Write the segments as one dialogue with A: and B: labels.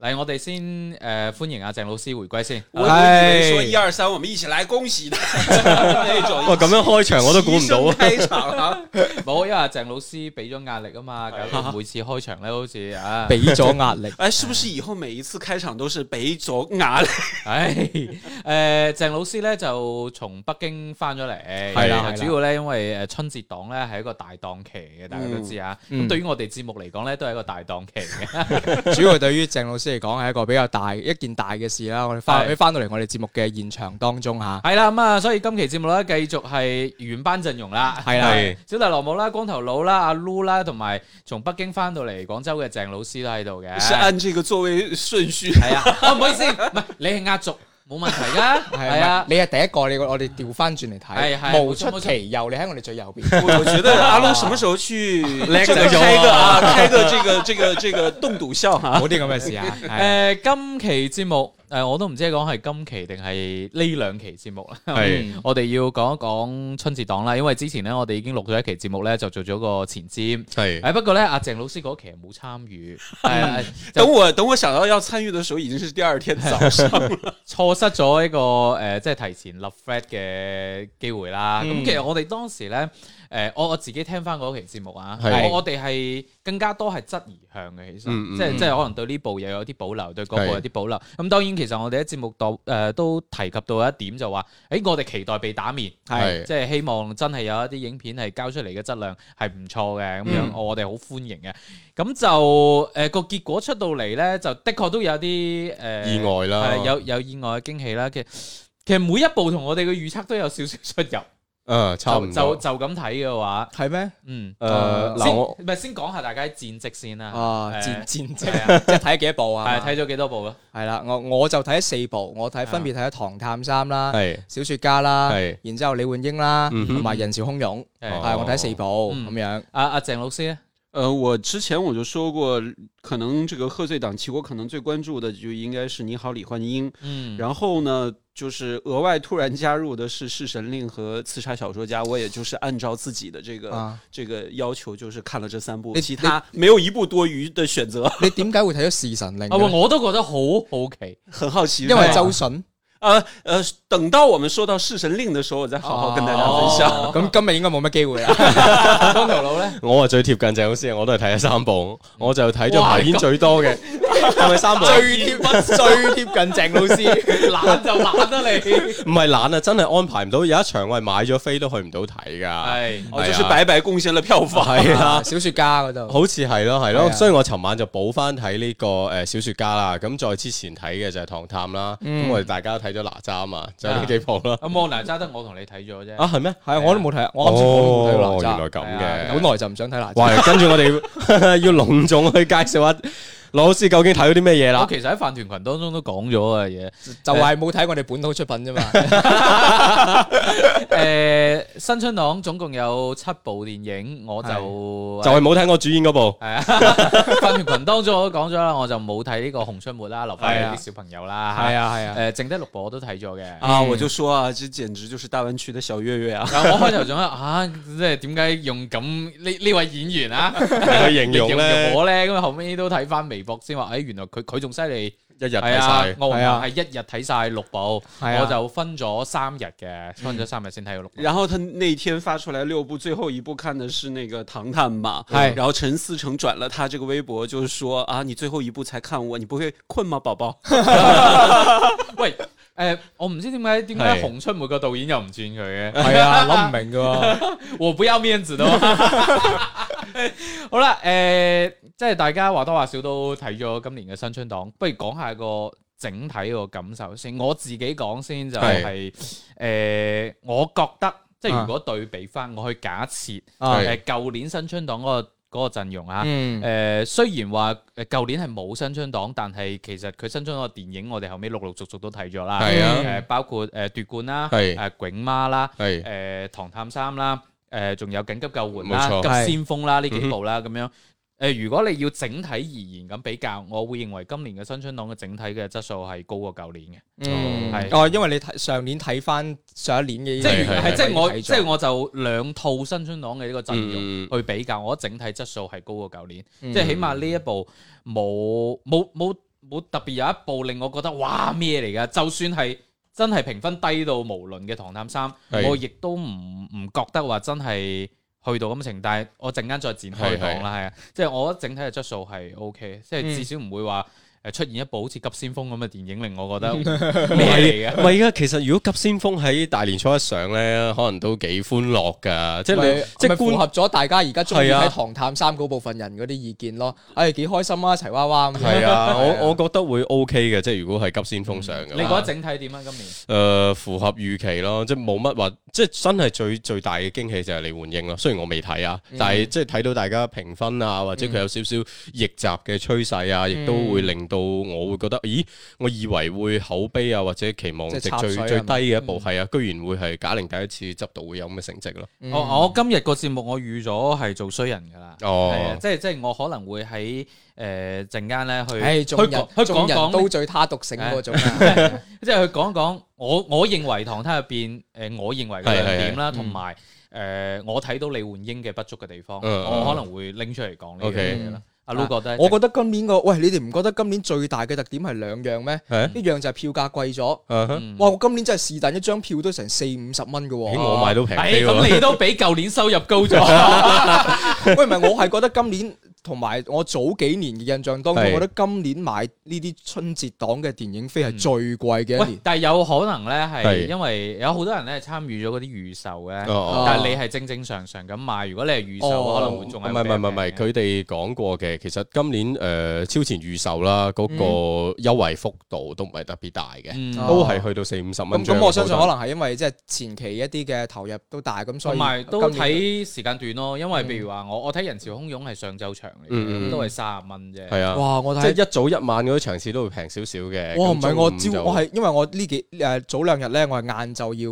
A: 嚟我哋先誒、呃、歡迎阿鄭老師回歸先。
B: 我以
C: 哎
B: 为说一二三，我们一起来恭喜 他那种。
C: 哦哇，咁樣開場我都估唔到 啊！
B: 牺牲開場啊！
A: 冇，因為阿鄭老師俾咗壓力啊嘛，搞到每次開場咧好似啊，
C: 俾咗壓力，
B: 哎，是不是以后每一次開場都是北走牙？
A: 唉誒、呃、鄭老師咧就從北京翻咗嚟，
C: 係啦
A: 呃
C: 係啦
A: 主要咧因為誒春節檔咧係一個大檔期嘅，大家都知啊。咁、
C: 嗯
A: 對於我哋節目嚟講咧都係一個大檔期嘅，
C: 主要對於鄭老師嚟講係一個比較大一件大嘅事啦。我哋翻
A: 係
C: 佢翻到嚟我哋節目嘅現場當中吓，
A: 係啦咁啊，所以今期節目咧繼續係原班陣容啦，
C: 係啦
A: 係 小弟羅姆啦、光頭佬啦、阿 Lu 啦，同埋從北京翻到嚟廣州嘅鄭老師都喺 度嘅，
B: 是按這個座位順序。
C: 哎
A: 係啊，哦唔好意思，唔係你係壓軸冇問題噶，係啊。
C: 你係第一個，你我哋調翻轉嚟
A: 係係
C: 睇，無
A: 冇錯
C: 出
A: 冇錯
C: 其右，你喺我哋最右邊。
B: 我我覺得阿洛什麼時候 去
C: 叻
B: 這個
C: 仔咗啊
B: 開個啊，開個這個這個這個棟篤笑 哈？
C: 冇啲咁嘅事啊！係啊
A: 诶、今期節目诶、誒我都唔知講係今期定係呢兩期節目 啦。
C: 係
A: 我哋要講一講春節檔啦，因為之前咧我哋已經錄咗一期節目咧，就做咗個前瞻。
D: 係
A: 誒不過咧，阿鄭老師嗰期係冇參 與，誒
B: 等我等我想到要參與的時候，已經是第二天早上。
A: 錯失咗一個誒，即係提前立 flag 嘅機會啦。咁
C: 嗯
A: 其實我哋當時咧，誒我我自己聽翻嗰期節目啊，
D: 係
A: 我我哋係更加多係質疑向嘅，其實
D: 嗯嗯
A: 即係
C: 嗯
A: 即係可能對呢部又有啲保留，對嗰部
D: 係
A: 有啲保留。咁當然其實我哋喺節目度誒都提及到一點就話，誒我哋期待被打面，
D: 係
A: 即係希望真係有一啲影片係交出嚟嘅質量係唔錯嘅，咁樣
C: 嗯
A: 我哋好歡迎嘅。咁就誒個結果出到嚟咧，就的確都有啲呃誒
D: 意外啦
A: 係有有意外嘅驚喜啦。其其實每一步同我哋嘅預測都有少少出 入，
D: 誒，嗯差
A: 就
D: 唔
A: 就
D: 多。
A: 就咁睇嘅話，
C: 係咩？
A: 嗯，
D: 誒
C: 呃
A: 先
D: 嗱，我哦
A: 唔係先講下大家嘅戰績先啦。
C: 啊，
A: 誒
C: 戰戰績
A: 係 啊
C: 即係睇咗幾多部
A: 係
C: 啊？
A: 睇咗幾多部啊？
C: 係啦，我我就睇咗四部，我睇分別睇咗《唐探三》啦，《
D: 係
C: 小說家》啦
D: 係，
C: 然之後李煥英啦，
D: 嗯哼
C: 同埋《人潮洶湧》，
A: 係
C: 係我睇四部
A: 嗯
C: 咁樣。
A: 阿阿鄭老師咧，
B: 呃，我之前我就說過，可能這個賀歲檔期我可能最關注的就應該是《你好，李焕英》。
A: 嗯，
B: 然后呢，就是额外突然加入的是《侍神令》和《刺杀小说家》，我也就是按照自己的这个、
C: 啊
B: 这个要求，就是看了这三部，
C: 你
B: 其他没有一部多余的选择。
C: 你點解會睇咗《侍神令》
A: 啊
C: 嘅咧？
A: 我都覺得好好奇，
B: 很好奇，
C: 因為
B: 是吧
C: 周迅。
B: 呃呃，等到我们说到《侍神令》的时候，我再好好跟大家分享。
A: 哦
C: 咁今日應該冇乜機會啦。
A: 光頭佬咧，
D: 我係最貼近鄭老師，我都係睇咗三部，
C: 嗯
D: 我就睇咗排片最多嘅，係咪三部？
C: 最貼最貼近鄭老師。
A: 懶就懶得你，
D: 唔係懶啊，真係安排唔到。有一場我係買咗飛都去唔到睇㗎，
A: 係
B: 哦，就
D: 哎
B: 是
D: 呀
B: 白白貢獻了票房。
D: 係 啊。
C: 小說家嗰度，
D: 好似係咯，係
C: 係
D: 咯，
C: 啊
D: 所以我尋晚就補翻睇呢個誒小説家啦。咁再之前睇嘅就係《唐探》啦，
C: 嗯
D: 咁我哋大家都睇咗《哪吒》啊嘛，就呢幾部啦。
A: 阿莫娜揸得我同你睇咗啫
D: 啊，。係咩？
C: 係啊，我都冇睇，我啱先我都冇睇哪
D: 哦
C: 吒，
D: 原
A: 係啊
D: 來咁嘅。
C: 本來就唔想睇哪吒。
D: 哇！跟住我 哋要隆重去介紹下羅老師究竟睇咗啲咩嘢
A: 我
D: 啦？
A: 其實喺飯團群當中都講咗嘅嘢，
C: 就係冇睇我哋本土出品啫嘛。
A: 誒新春檔總共有七部電影，我就
D: 就係冇睇我主演嗰部，
A: 係 啊，飯團群當中我都講咗啦，我就冇睇呢個《紅春末》啦，留翻俾啲小朋友啦。
C: 啊係啊係啊
A: 誒剩低六部我都睇咗嘅。
B: 啊，
D: 嗯
B: 我就说啊，这简直就是大湾區的小岳岳啊！
A: 但我開頭仲喺度 啊，即係點解用咁呢呢位演員啊
D: 去形容 咧，
A: 我咧？咁後尾都睇翻微博先話，誒哎原來佢佢仲犀利，
D: 一日
A: 係
D: 睇
A: 啊，
D: 晒。
A: 我唔
C: 係啊
A: 係一日睇晒六部，
C: 係啊
A: 我就分咗三日嘅，分咗三日先睇咗六部。
B: 然後他那天發出來六部，最後一部看的是那個《唐探》 嘛。
C: 係
B: 然後陳思成轉了他這個微博，就是說啊，你最後一部才看我，你不會困嗎，寶寶？
A: 喂，誒我唔知點解點解
D: 係
A: 紅春末個導演又唔轉佢嘅？
C: 係 啊，諗唔明㗎喎。
A: 我不要面 子都。好啦，诶、即係大家或多或少都睇咗今年嘅新春檔，不如講下個整體個感受先。我自己講先就係、呃诶、我覺得即係如果對比翻，我去假設呃
C: 啊
A: 诶舊年新春檔嗰個嗰個陣容啊。誒、
C: 嗯，
A: 雖然呃話誒舊年係冇新春檔，但係其實佢新春檔嘅電影，我哋後尾陸陸續續都睇咗啦。
D: 係
C: 啊
A: 誒、包括誒、奪冠啦，
D: 係
A: 誒、囧媽啦，誒、
D: 係
A: 唐探三啦，誒、仲有緊急救援啦，
C: 錯
D: 冇
A: 急先鋒啦，呢
C: 嗯
A: 幾部啦咁樣。誒、如果你要整體而言咁比較，我會認為今年嘅新春檔嘅整體嘅質素係高過舊年嘅。
C: 嗯
A: 係
C: 哦，因為你睇上年睇翻上一年嘅，
A: 即係
D: 係
A: 係即係我
C: 睇咗
A: 即係我就兩套新春檔嘅呢個陣容
D: 嗯
A: 去比較，我覺得整體質素係高過舊年，
C: 嗯
A: 即係起碼呢一部冇冇冇冇特別有一部令我覺得哇咩嚟㗎，就算係。真係評分低到無論嘅《唐探三》，
D: 係
A: 我亦都唔唔覺得話真係去到咁程，但係我陣間再展開
D: 係
A: 講啦，係啊，即係我覺得整體嘅質素係 O K，即係
C: 嗯
A: 至少唔會話誒出現一部好似《急先鋒》咁嘅電影令我 覺得咩嚟嘅。
D: 唔係噶，其實如果急先鋒喺大年初一上咧，可能都幾歡樂噶，即
C: 即
D: 係你
C: 係
D: 即
C: 即
D: 係
C: 係符
D: 觀
C: 合咗大家而家中意
D: 係啊
C: 睇《唐探三》嗰部分人嗰啲意見咯。唉，幾開心啊，齊娃娃咁樣。
D: 係啊，我我覺得會 O K 嘅，即係如果係急先鋒上嘅
A: 你覺
D: 話，
A: 得整體點啊？今年？
D: 誒呃符合預期咯，即係冇乜話，即係真係最最大嘅驚喜就係李焕英咯。雖然我未睇啊，
A: 嗯
D: 但係即係睇到大家評分啊，或者佢有少少逆襲嘅趨勢啊，亦都
A: 嗯
D: 會令到我會覺得，咦，我以為會口碑啊，或者期望值
C: 即係插水
D: 最
C: 啊
D: 最低嘅一步
A: 嗯
D: 係啊，居然會係賈玲第一次執導會有咁嘅成績咯。
C: 嗯
A: 我我今日個節目我預咗係做衰人㗎啦，
D: 哦
A: 係啊即係即係我可能會喺誒陣間咧去，
C: 唉，
A: 去
C: 眾人
A: 講去
C: 眾
A: 講
C: 人
A: 講
C: 都
A: 呢，
C: 最他獨醒嗰種啊。
A: 即係去講講我我認為唐探入邊誒，我認為嘅亮點啦，
C: 係係
A: 同埋誒我睇到李焕英嘅不足嘅地方，
D: 嗯嗯
A: 我可能會拎出嚟講呢樣
D: OK
A: 嘢啦。阿 Lu 覺得，
C: 啊我覺得今年個喂，你哋唔覺得今年最大嘅特點係兩樣咩？
D: 係啊
C: 一樣就係票價貴咗。
D: 啊哈
A: 嗯
C: 哇！我今年真係是但一張票都成四五十蚊嘅
D: 咦
C: 喎。
D: 我買到平
A: 唉
D: 啲喎。
A: 哎咁你都比舊年收入高咗，
C: 喂，唔係我係覺得今年同埋我早幾年嘅印象當中，
D: 係
C: 我覺得今年買呢啲春節檔嘅電影飛
D: 嗯
C: 係最貴嘅一
A: 喂
C: 年。！
A: 但係有可能咧係
D: 係
A: 因為有好多人咧參與咗嗰啲預售咧。
D: 哦
A: 但係你係正正常常咁賣，如果你係預售，啊
C: 哦
A: 可能會啊仲係
D: 唔係唔係唔係唔係，佢哋講過嘅，其實今年誒、呃超前預售啦，嗰、個優惠幅度都唔係特別大嘅，
A: 嗯
C: 哦
D: 都係去到四五十蚊
C: 咁
D: 張嘅幅度。
C: 咁，我相信可能係因為即係前期一啲嘅投入都大，咁所以
A: 同埋都
C: 今年
A: 睇時間段咯，因為譬如話我我睇人潮洶湧係上晝場嚟
D: 嗯
A: 嘅，
C: 嗯
A: 都係三十蚊啫。
D: 係啊，
C: 哇！我
D: 即
C: 睇
D: 係一早一晚嗰啲場次都會平少少嘅。
C: 哇，唔係我
D: 咁中午
C: 朝
D: 就嗯
C: 我係因為我呢幾誒早兩日咧，我係晏晝要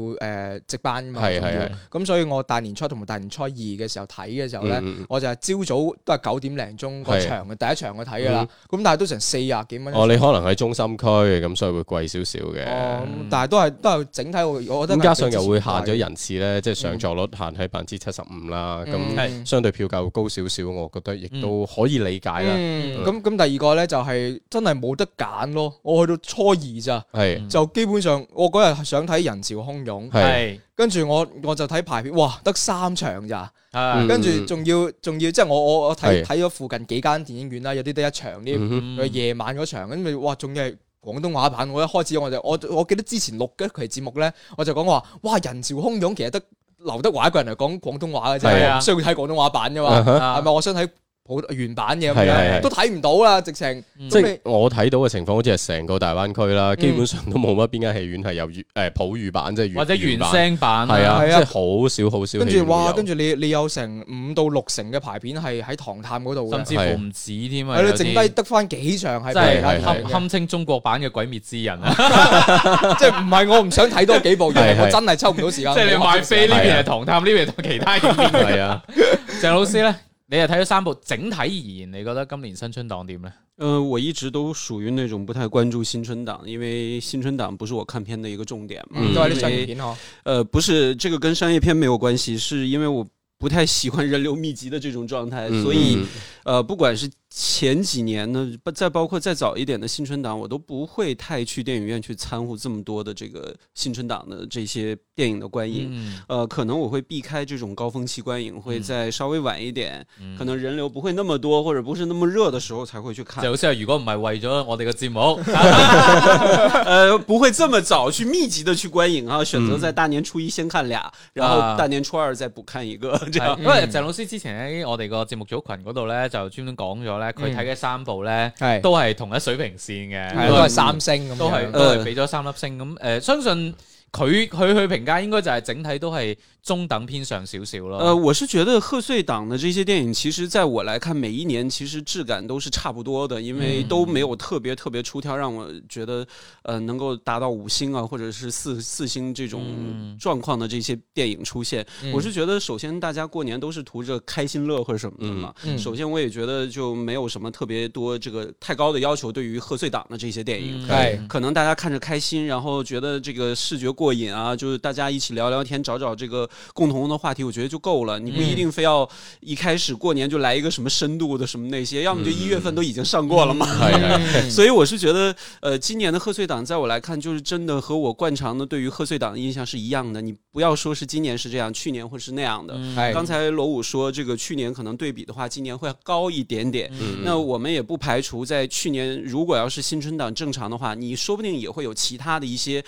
C: 誒值班㗎嘛，
D: 係
C: 仲要
D: 係係
C: 咁所以我大年初同埋大年初二嘅時候睇嘅時候咧，
D: 嗯嗯嗯
C: 我就係朝早都係九點零鐘個
D: 係嗯
C: 場嘅第一場我睇㗎啦，咁但係都成四廿幾蚊一場。
D: 哦，你可能喺中心區，咁所以會貴少少
C: 哦
D: 嘅。
C: 咁但係都係都係整體我，我覺得
D: 嗯咁
C: 係
D: 加上又
C: 比
D: 會
C: 之前
D: 限
C: 貴
D: 咗人次咧，即係上座率限喺百分之七十五啦，咁、
C: 嗯
A: 係
D: 相對票價會高少少，我覺得亦都可以理解啦。
C: 嗯咁咁第二個咧就係真係冇得揀咯，我去到初二咋。
D: 係
C: 就基本上，我嗰日想睇人潮洶湧，
D: 係
A: 係
C: 跟住我我就睇排片，哇，得三場咋，
A: 係
C: 跟住仲要仲要，即係我我我睇
D: 嗯係
C: 睇咗附近幾間電影院啦，有啲得一場添，
D: 嗯哼
C: 佢夜晚嗰場，跟住哇，仲要係廣東話版。我一開始我就我我記得之前錄嗰期節目咧，我就講話，哇，人潮洶湧，其實得劉德華一個人嚟講廣東話嘅
D: 係
C: 啫，
A: 啊
C: 唔需要睇廣東話版噶
D: 啊
C: 嘛，
D: 哈
C: 係咪？我想睇普原版嘅咁
D: 係啊係
C: 樣，
D: 係
C: 都睇唔到啦，直情
A: 嗯
D: 即
C: 咁
D: 係
C: 你
D: 我睇到嘅情況，好似係成個大灣區啦，基
C: 嗯
D: 本上都冇乜邊間戲院係有粵誒普語版，即係粵
A: 或者原
D: 語版，
A: 聲版
D: 係啊，
C: 係
D: 即
C: 啊
D: 係好少好少戲院
C: 跟
D: 會有。
C: 住哇，跟住你你有成五到六成嘅排片係喺唐探嗰度嘅
A: 甚，至乎唔止添啊！
C: 係
A: 有
C: 咯，
A: 啲
C: 剩低得翻幾場係
A: 真
C: 俾
A: 係
C: 大
A: 堪
C: 家
D: 係
C: 睇
D: 係
C: 嘅，
A: 堪稱中國版嘅《鬼滅之刃》啊！
C: 即係唔係我唔想睇多幾部，因為
D: 係係
C: 我真係抽唔到時間。
A: 即係你買飛呢邊
D: 係
A: 係
D: 啊
A: 唐探，呢邊係其他影片。
D: 係啊，
A: 鄭老師咧，你又睇咗三部，整體而言，你覺得今年新春檔點咧？
B: 呃，我一直都属于那种不太关注新春档，因为新春档不是我看片的一个重点嘛。
C: 嗯
A: 嗯
C: 都係啲
B: 因
C: 商
B: 为
C: 業片哦呵。
B: 呃，不是这个跟商业片没有关系，是因为我不太喜欢人流密集的这种状态，
D: 嗯
B: 所以
D: 嗯
B: 呃，不管是前几年呢，不再包括再早一点的新春档，我都不会太去电影院去掺和这么多的这个新春档的这些电影的观影。
A: 嗯，
B: 呃，可能我会避开这种高峰期观影，会
A: 嗯
B: 在稍微晚一点，可能人流不会那么多或者不是那么热的时候才会去看
A: 鄭。老師話：如果唔係為咗我哋嘅節目，
B: 呃，不会这么早去密集的去观影啊，选择
C: 嗯
B: 在大年初一先看俩，然
A: 啊
B: 后大年初二再补看一个，这
A: 係
C: 啊
B: 样。
A: 因
D: 嗯
A: 為鄭老師之前喺我哋個節目組群嗰度咧，就專門講咗咧，
D: 嗯
A: 佢睇嘅三部咧
C: 係
A: 都係同一水平線嘅，
C: 係都係三星咁樣，
D: 嗯
A: 都係都係俾咗三粒星咁誒、相信佢佢去評價應該就係整體都係中等偏上少少咯。
B: 呃，我是觉得贺岁档的这些电影，其实在我来看，每一年其实质感都是差不多的，因
C: 嗯
B: 为都没有特别特别出挑，让我觉得呃能够达到五星啊，或者是四四星这
C: 嗯
B: 种状况的这些电影出现。我是觉得，首先大家过年都是图着开心乐或者什么的嘛。
C: 嗯嗯
B: 首先，我也觉得就没有什么特别多这个太高的要求，对于贺岁档的这些电影。
A: 嗯
C: 係
B: 可能大家看着开心，然后觉得这个视觉过瘾啊，就是大家一起聊聊天，找找这个共同的话题，我觉得就够了。你不一定非要一开始过年就来一个什么深度的什么那些，要么就一月份都已经上过了嘛。
D: 係係。
C: 嗯
B: 所以我是觉得，呃，今年的贺岁档，在我来看，就是真的和我惯常的对于贺岁档的印象是一样的。你不要说是今年是这样，去年会是那样的。
C: 係
B: 刚才罗武说，这个去年可能对比的话，今年会高一点点。
D: 嗯
B: 那我们也不排除在去年，如果要是新春档正常的话，你说不定也会有其他的一些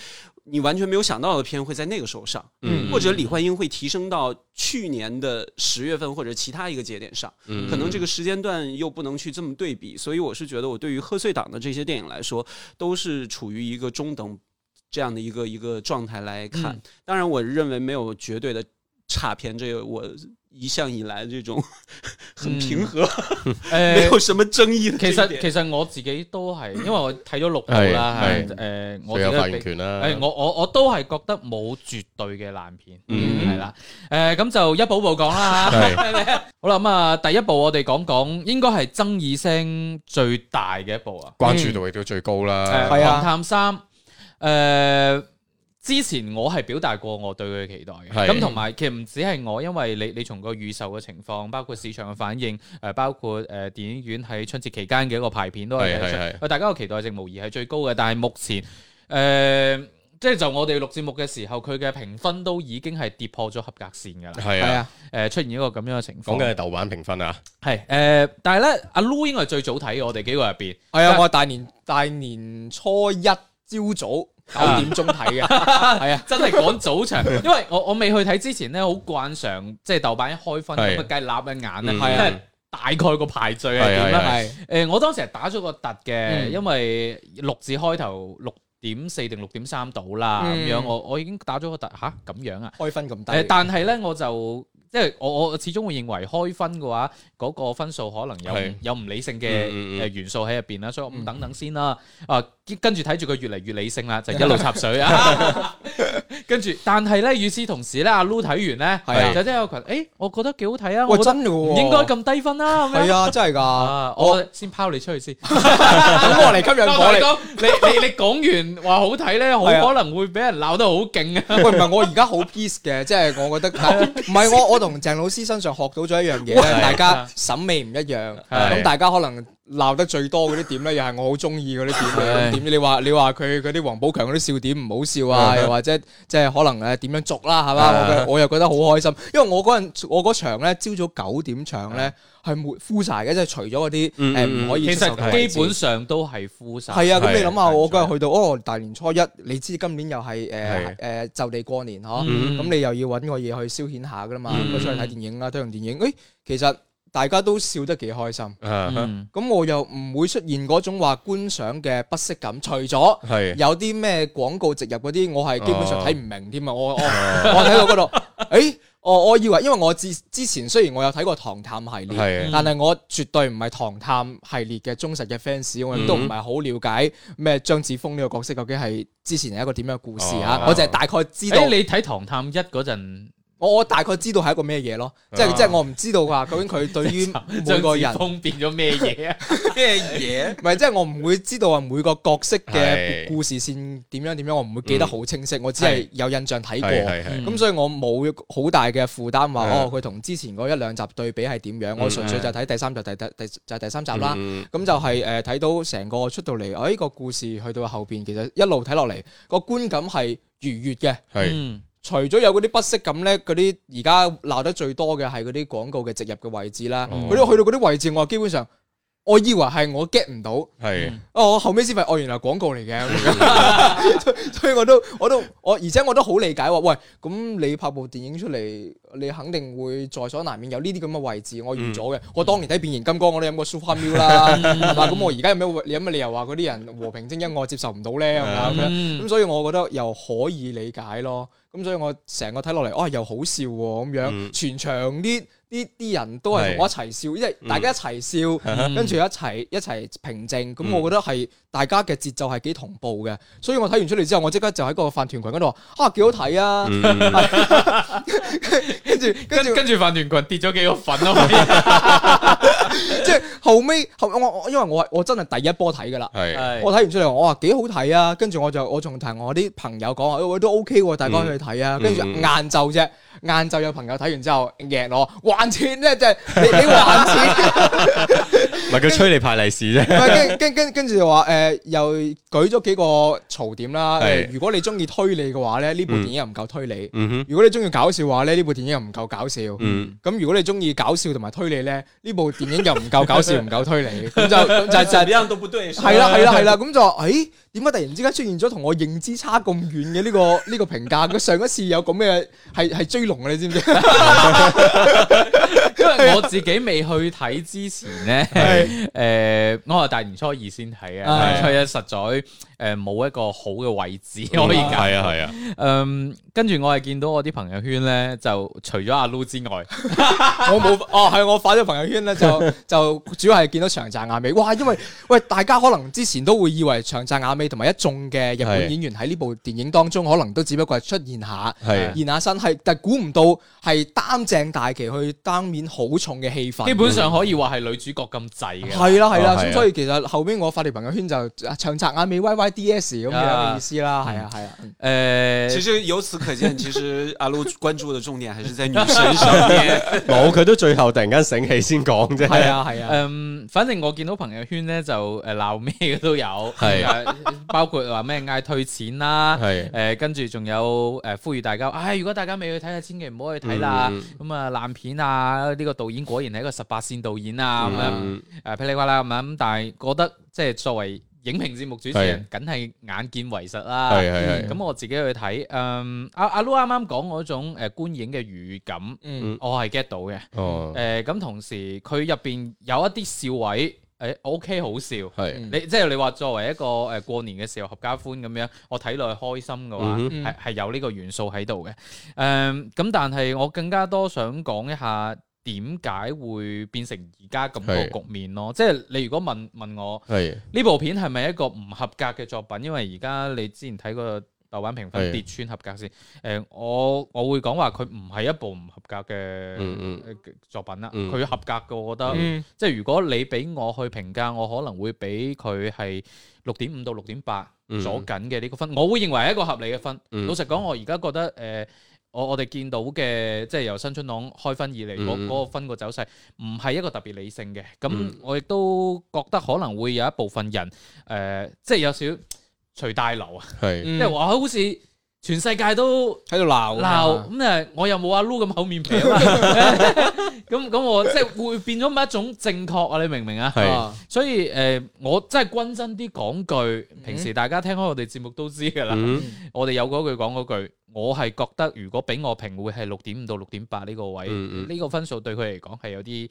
B: 你完全没有想到的片会在那个时候上，
D: 嗯
B: 或者李焕英会提升到去年的十月份或者其他一个节点上，
D: 嗯
B: 可能这个时间段又不能去这么对比，所以我是觉得我对于贺岁档的这些电影来说，都是处于一个中等这样的一个一个状态来看。
C: 嗯
B: 当然，我认为没有绝对的差片，这个我一向以来这 种很平和。
C: 嗯哎
D: 呃
A: 誒
B: 没有什么争议的这
A: 其
B: 一
A: 實
B: 点。
A: 其實我自己都係，因為我睇咗六部
D: 係
A: 啦，
D: 係
A: 係誒我
D: 佢
A: 自
D: 有
A: 己
D: 發
A: 比
D: 言權啦。
A: 誒我我我都係覺得冇絕對嘅爛片，
D: 嗯
A: 係啦，誒咁就一步步講啦嚇。
D: 係
A: 好啦，咁啊，第一部我哋講講，應該係爭議聲最大嘅一部啊。嗯
D: 關注度亦都最高
A: 誒
D: 啦。
C: 係啊
A: 《探三》誒，之前我係表達過我對佢嘅期待嘅，
D: 係
A: 咁同埋其實唔止係我，因為你你從個預售嘅情況，包括市場嘅反應，誒、包括誒、電影院喺春節期間嘅一個排片都係
D: 係係係
A: 大家嘅期待值無疑係最高嘅，但係目前誒。即係就我哋錄節目嘅時候，佢嘅評分都已經係跌破咗合格線㗎啦。誒、
D: 係
C: 係
D: 啊，
C: 啊，
A: 出現一個咁樣嘅情況。
D: 講緊係豆瓣評分啊。
A: 係誒、呃但係咧，阿 Lu 應該係最早睇嘅我哋幾個入 邊。
C: 係啊，我大年大年初一朝早九點鐘睇嘅，係啊，
A: 啊 真係趕早場， 因為我我未去睇之前咧，好慣常即係豆瓣一開分
D: 係
A: 咁啊，梗係立一眼咧，
D: 嗯
A: 即係啊大概個排序係點
D: 係
A: 啦。
C: 係
A: 誒，我當時係打咗個突嘅，
C: 嗯
A: 因為六字開頭六點四定六點三到啦，
C: 嗯
A: 咁樣我我已經打咗個突吓，咁樣啊。
C: 開分咁低
A: 誒，。但係咧我就。即係我我始終會認為開分嘅話，嗰、個分數可能有
D: 係
A: 唔有唔理性嘅
D: 嗯嗯嗯
A: 誒元素喺入邊啦，所以我唔
C: 嗯
A: 等等先啦。啊，跟跟住睇住佢越嚟越理性啦， 就一路插水啊。跟住，但係咧，與此同時咧，阿 Lu 睇完
C: 係
A: 咧，
C: 啊
A: 就真係有群，誒、我覺得幾好睇啊，我
C: 喂，
A: 覺得
C: 真嘅
A: 唔
C: 喎，
A: 應該咁低分啦、咁樣
C: 係啊，真係㗎，
A: 啊！我先拋你出去先。
C: 等我嚟吸引
A: 我同你
C: 我
A: 講，你你你講完話好睇咧，好
C: 係啊
A: 可能會俾人鬧得好勁啊！
C: 嚟。喂，唔係我而家好 peace 嘅，即係我覺得，唔係我我同鄭老師身上學到咗一樣嘢咧，大家審美唔一樣，
A: 係
C: 咁大家可能鬧得最多嗰啲點咧，又係我好中意嗰啲點
A: 係
C: 嘅點。你話你話佢嗰啲黃寶強嗰啲笑點唔好笑啊，又或者即係可能誒點樣捉啦，係嘛？我覺得我又覺得好開心，因為我嗰陣我嗰場咧朝早九點場咧係沒敷晒嘅，即係除咗嗰啲
D: 嗯
C: 誒唔可
A: 其
C: 以接受嘅
A: 實
C: 位
A: 基
C: 置
A: 本上都係敷晒。
C: 係啊，咁
D: 係
C: 你諗下，
D: 係
C: 我嗰日去到哦，大年初一，你知今年又係誒
D: 係
C: 誒就地過年嗬，
A: 嗯
C: 咁你又要揾個嘢去消遣下噶啦嘛，
D: 嗯
C: 咁出去睇電影啦，推行電影，誒其實大家都笑得幾開心，
D: 啊
A: 嗯
C: 咁我又唔會出現嗰種話觀賞嘅不適感，除咗。
D: 係
C: 有啲咩廣告植入嗰啲，我係基本上睇唔明添啊！
D: 哦
C: 我我我睇到嗰度，誒，我我以為，因為我之之前雖然我有睇過《唐探》系列，
D: 係
C: 但係我絕對唔係《唐探》系列嘅忠實嘅 fans，我亦都唔係好了解咩張子峰呢個角色究竟係之前係一個點樣嘅故事
D: 哦
C: 啊！我就係大概知道
A: 誒，，你睇《唐探一》嗰 陣，
C: 我我大概知道係一個咩嘢咯，即係
D: 哦
C: 即係我唔知道話究竟佢對 於每個人
A: 張子。峰變咗咩嘢啊？
B: 咩嘢？
C: 唔係，即係我唔會知道啊每個角色嘅
D: 係嗯
C: 故事線點樣點樣，我唔會記得好清晰，我只係有印象睇過。
D: 係嗯係係。
C: 咁所以我冇好大嘅負擔話
D: 係
C: 哦，佢同之前嗰一兩集對比係點樣？我
D: 嗯
C: 純粹就睇第三集、第第第就係第三集啦。
D: 嗯
C: 咁就係誒睇到成個出到嚟，誒個故事去到後邊，其實一路睇落嚟個觀感係愉悅嘅。
D: 係
A: 嗯
C: 除咗有嗰啲不適感咧，嗰啲而家鬧得最多嘅係嗰啲廣告嘅植入嘅位置啦。
D: 哦
C: 嗰啲、去到嗰啲位置，我基本上我以為係我 get 唔到，
D: 係
C: 哦，我後尾先發現，哦，原來係廣告嚟嘅， 所以所以我都我都我，而且我都好理解話，喂，咁你拍部電影出嚟，你肯定會在所難免有呢啲咁嘅位置，我預咗嘅。我當年睇《變形金剛》，我都飲過 Super Meal 啦，係嘛？咁我而家有咩有咩理由話嗰啲人和平精英我接受唔到咧？係咪咁樣
A: 嗯
C: 咁所以我覺得又可以理解咯。咁所以我成個睇落嚟，哦，又好笑喎咁樣，
D: 嗯
C: 全場啲啲啲人都係同我一齊笑，因為大家一齊笑，
A: 嗯
C: 跟住一齊一齊平靜。咁
D: 嗯
C: 我覺得係大家嘅節奏係幾同步嘅。所以我睇完出嚟之後，我即刻就喺個飯團群嗰度話：啊，幾好睇啊！
D: 嗯
C: 跟住
A: 跟
C: 跟住
A: 嗯跟住飯團群跌咗幾個粉 啊！
C: 即係後尾後我我因為我係我真係第一波睇㗎啦。
D: 係
C: 我睇完出嚟，我話幾好睇啊！跟住我就我仲同我啲朋友講話，喂都 OK 喎，大家可以去睇啊！
D: 嗯
C: 跟住晏晝啫，晏晝有朋友睇完之後贏我 還錢咧，即係你你還錢，
D: 唔係佢催你派利是啫，
C: 唔係跟跟跟跟住就話誒，又舉咗幾個槽點啦。呃
D: 係
C: 如果你中意推理嘅話咧，呢部電影又唔夠推理；
D: 嗯哼，
C: 如果你中意搞笑嘅話咧，呢部電影又唔夠搞笑。
D: 嗯，
C: 咁如果你中意搞笑同埋推理咧，呢部電影又唔夠搞笑，唔夠推理，咁就咁就就係
B: 樣都不對，
C: 系啦系啦系啦，咁就話誒點解突然之間出現咗同我認知差咁遠嘅呢個 呢個評價？佢上一次有咁嘅係係追龍嘅，你知唔知？
A: 因為我自己未去睇之前 咧，诶，我係大年初二先睇
C: 係
A: 嘅，初一實在诶冇一個好嘅位置可以揀
D: 係啊 係啊，
A: 嗯，跟住我係見到我啲朋友圈咧，就除咗阿 Lu 之外，
C: 我冇哦，係我發咗朋友圈咧，就就主要係見到長澤雅美。哇，因為喂大家可能之前都會以為長澤雅美同埋一眾嘅日
D: 係
C: 本演員喺呢部電影當中，可能都只不過係出現下。
D: 係
C: 現下身係，但估唔到係擔正大旗去擔面好重嘅戲份。
A: 基本上可以話係女主角咁滯嘅。
C: 係啦係啦，
D: 哦係
C: 咁
D: 啊
C: 所以其實後邊我發條朋友圈就啊長澤眼尾 Y Y D S 咁樣嘅意思啦，係啊係啊，嗯
A: 诶，
B: 其實由此可見，其實阿露關注的重點還是 在女神上面。
D: 冇佢都最後突然間醒起先講啫，
C: 係啊係啊，
A: 嗯，反正我見到朋友圈咧就誒鬧咩嘅都有，
D: 係
A: 誒包括話咩嗌退錢啦，
D: 係
A: 誒跟住仲有誒呼籲大家，唉，如果大家未去睇嘅，千祈唔好去睇啦
D: 嗯，
A: 咁啊爛片啊，呢個導演果然係一個十八線導演啊，咁樣
D: 嗯
A: 誒噼里呱啦咁樣，但係覺得即係作為影評節目主持人，梗係眼見為實啦，嗯
D: 係係係。
A: 咁我自己去睇，嗯，阿阿 Lu 啱啱講嗰種誒觀影嘅語感，
C: 嗯
A: 我係 get 到嘅。
D: 哦，
A: 誒咁、同時佢入邊有一啲笑位，誒、OK 好笑。
D: 係
A: 你即係你話作為一個誒、過年嘅時候合家歡咁樣，我睇落去開心嘅話，係
D: 嗯
C: 哼
A: 係、有呢個元素喺度嘅。誒、咁，但係我更加多想講一下點解會變成而家咁個
D: 係
A: 局面咯。即係你如果問問我
D: 係
A: 呢部片係咪一個唔合格嘅作品？因為而家你之前睇過豆瓣評分
D: 係
A: 跌穿合格線，誒、我我會講話佢唔係一部唔合格嘅。
D: 嗯嗯
A: 呃嘅作品啦，
D: 嗯
A: 佢合格嘅，我覺得，
C: 嗯
A: 即係如果你俾我去評價，我可能會俾佢係六點五到六點八
D: 嗯
A: 左緊嘅呢個分，我會認為係一個合理嘅分。
D: 嗯
A: 老實講，我而家覺得誒。呃我我哋見到嘅即係由新春檔開分以嚟嗰
D: 嗯
A: 嗰個分個走勢，唔係一個特別理性嘅。咁
D: 嗯
A: 我亦都覺得可能會有一部分人誒、呃即係有少少隨大流啊，
D: 係
C: 即
A: 即係話好似全世界都
C: 嗯喺度啊鬧
D: 啊
A: 鬧咁誒，我又冇阿 Lu 咁厚面皮啊嘛， 咁咁我即係會變咗某一種正確啊，你明唔明啊？
D: 係
C: 啊
A: 所以誒、呃我真係均真啲講句，平時大家聽開我哋節目都知㗎啦，
D: 嗯
A: 我哋有嗰句講嗰句，我係覺得如果俾我評會係六點五到六點八呢個位，呢、
D: 嗯嗯
A: 個分數對佢嚟講係有啲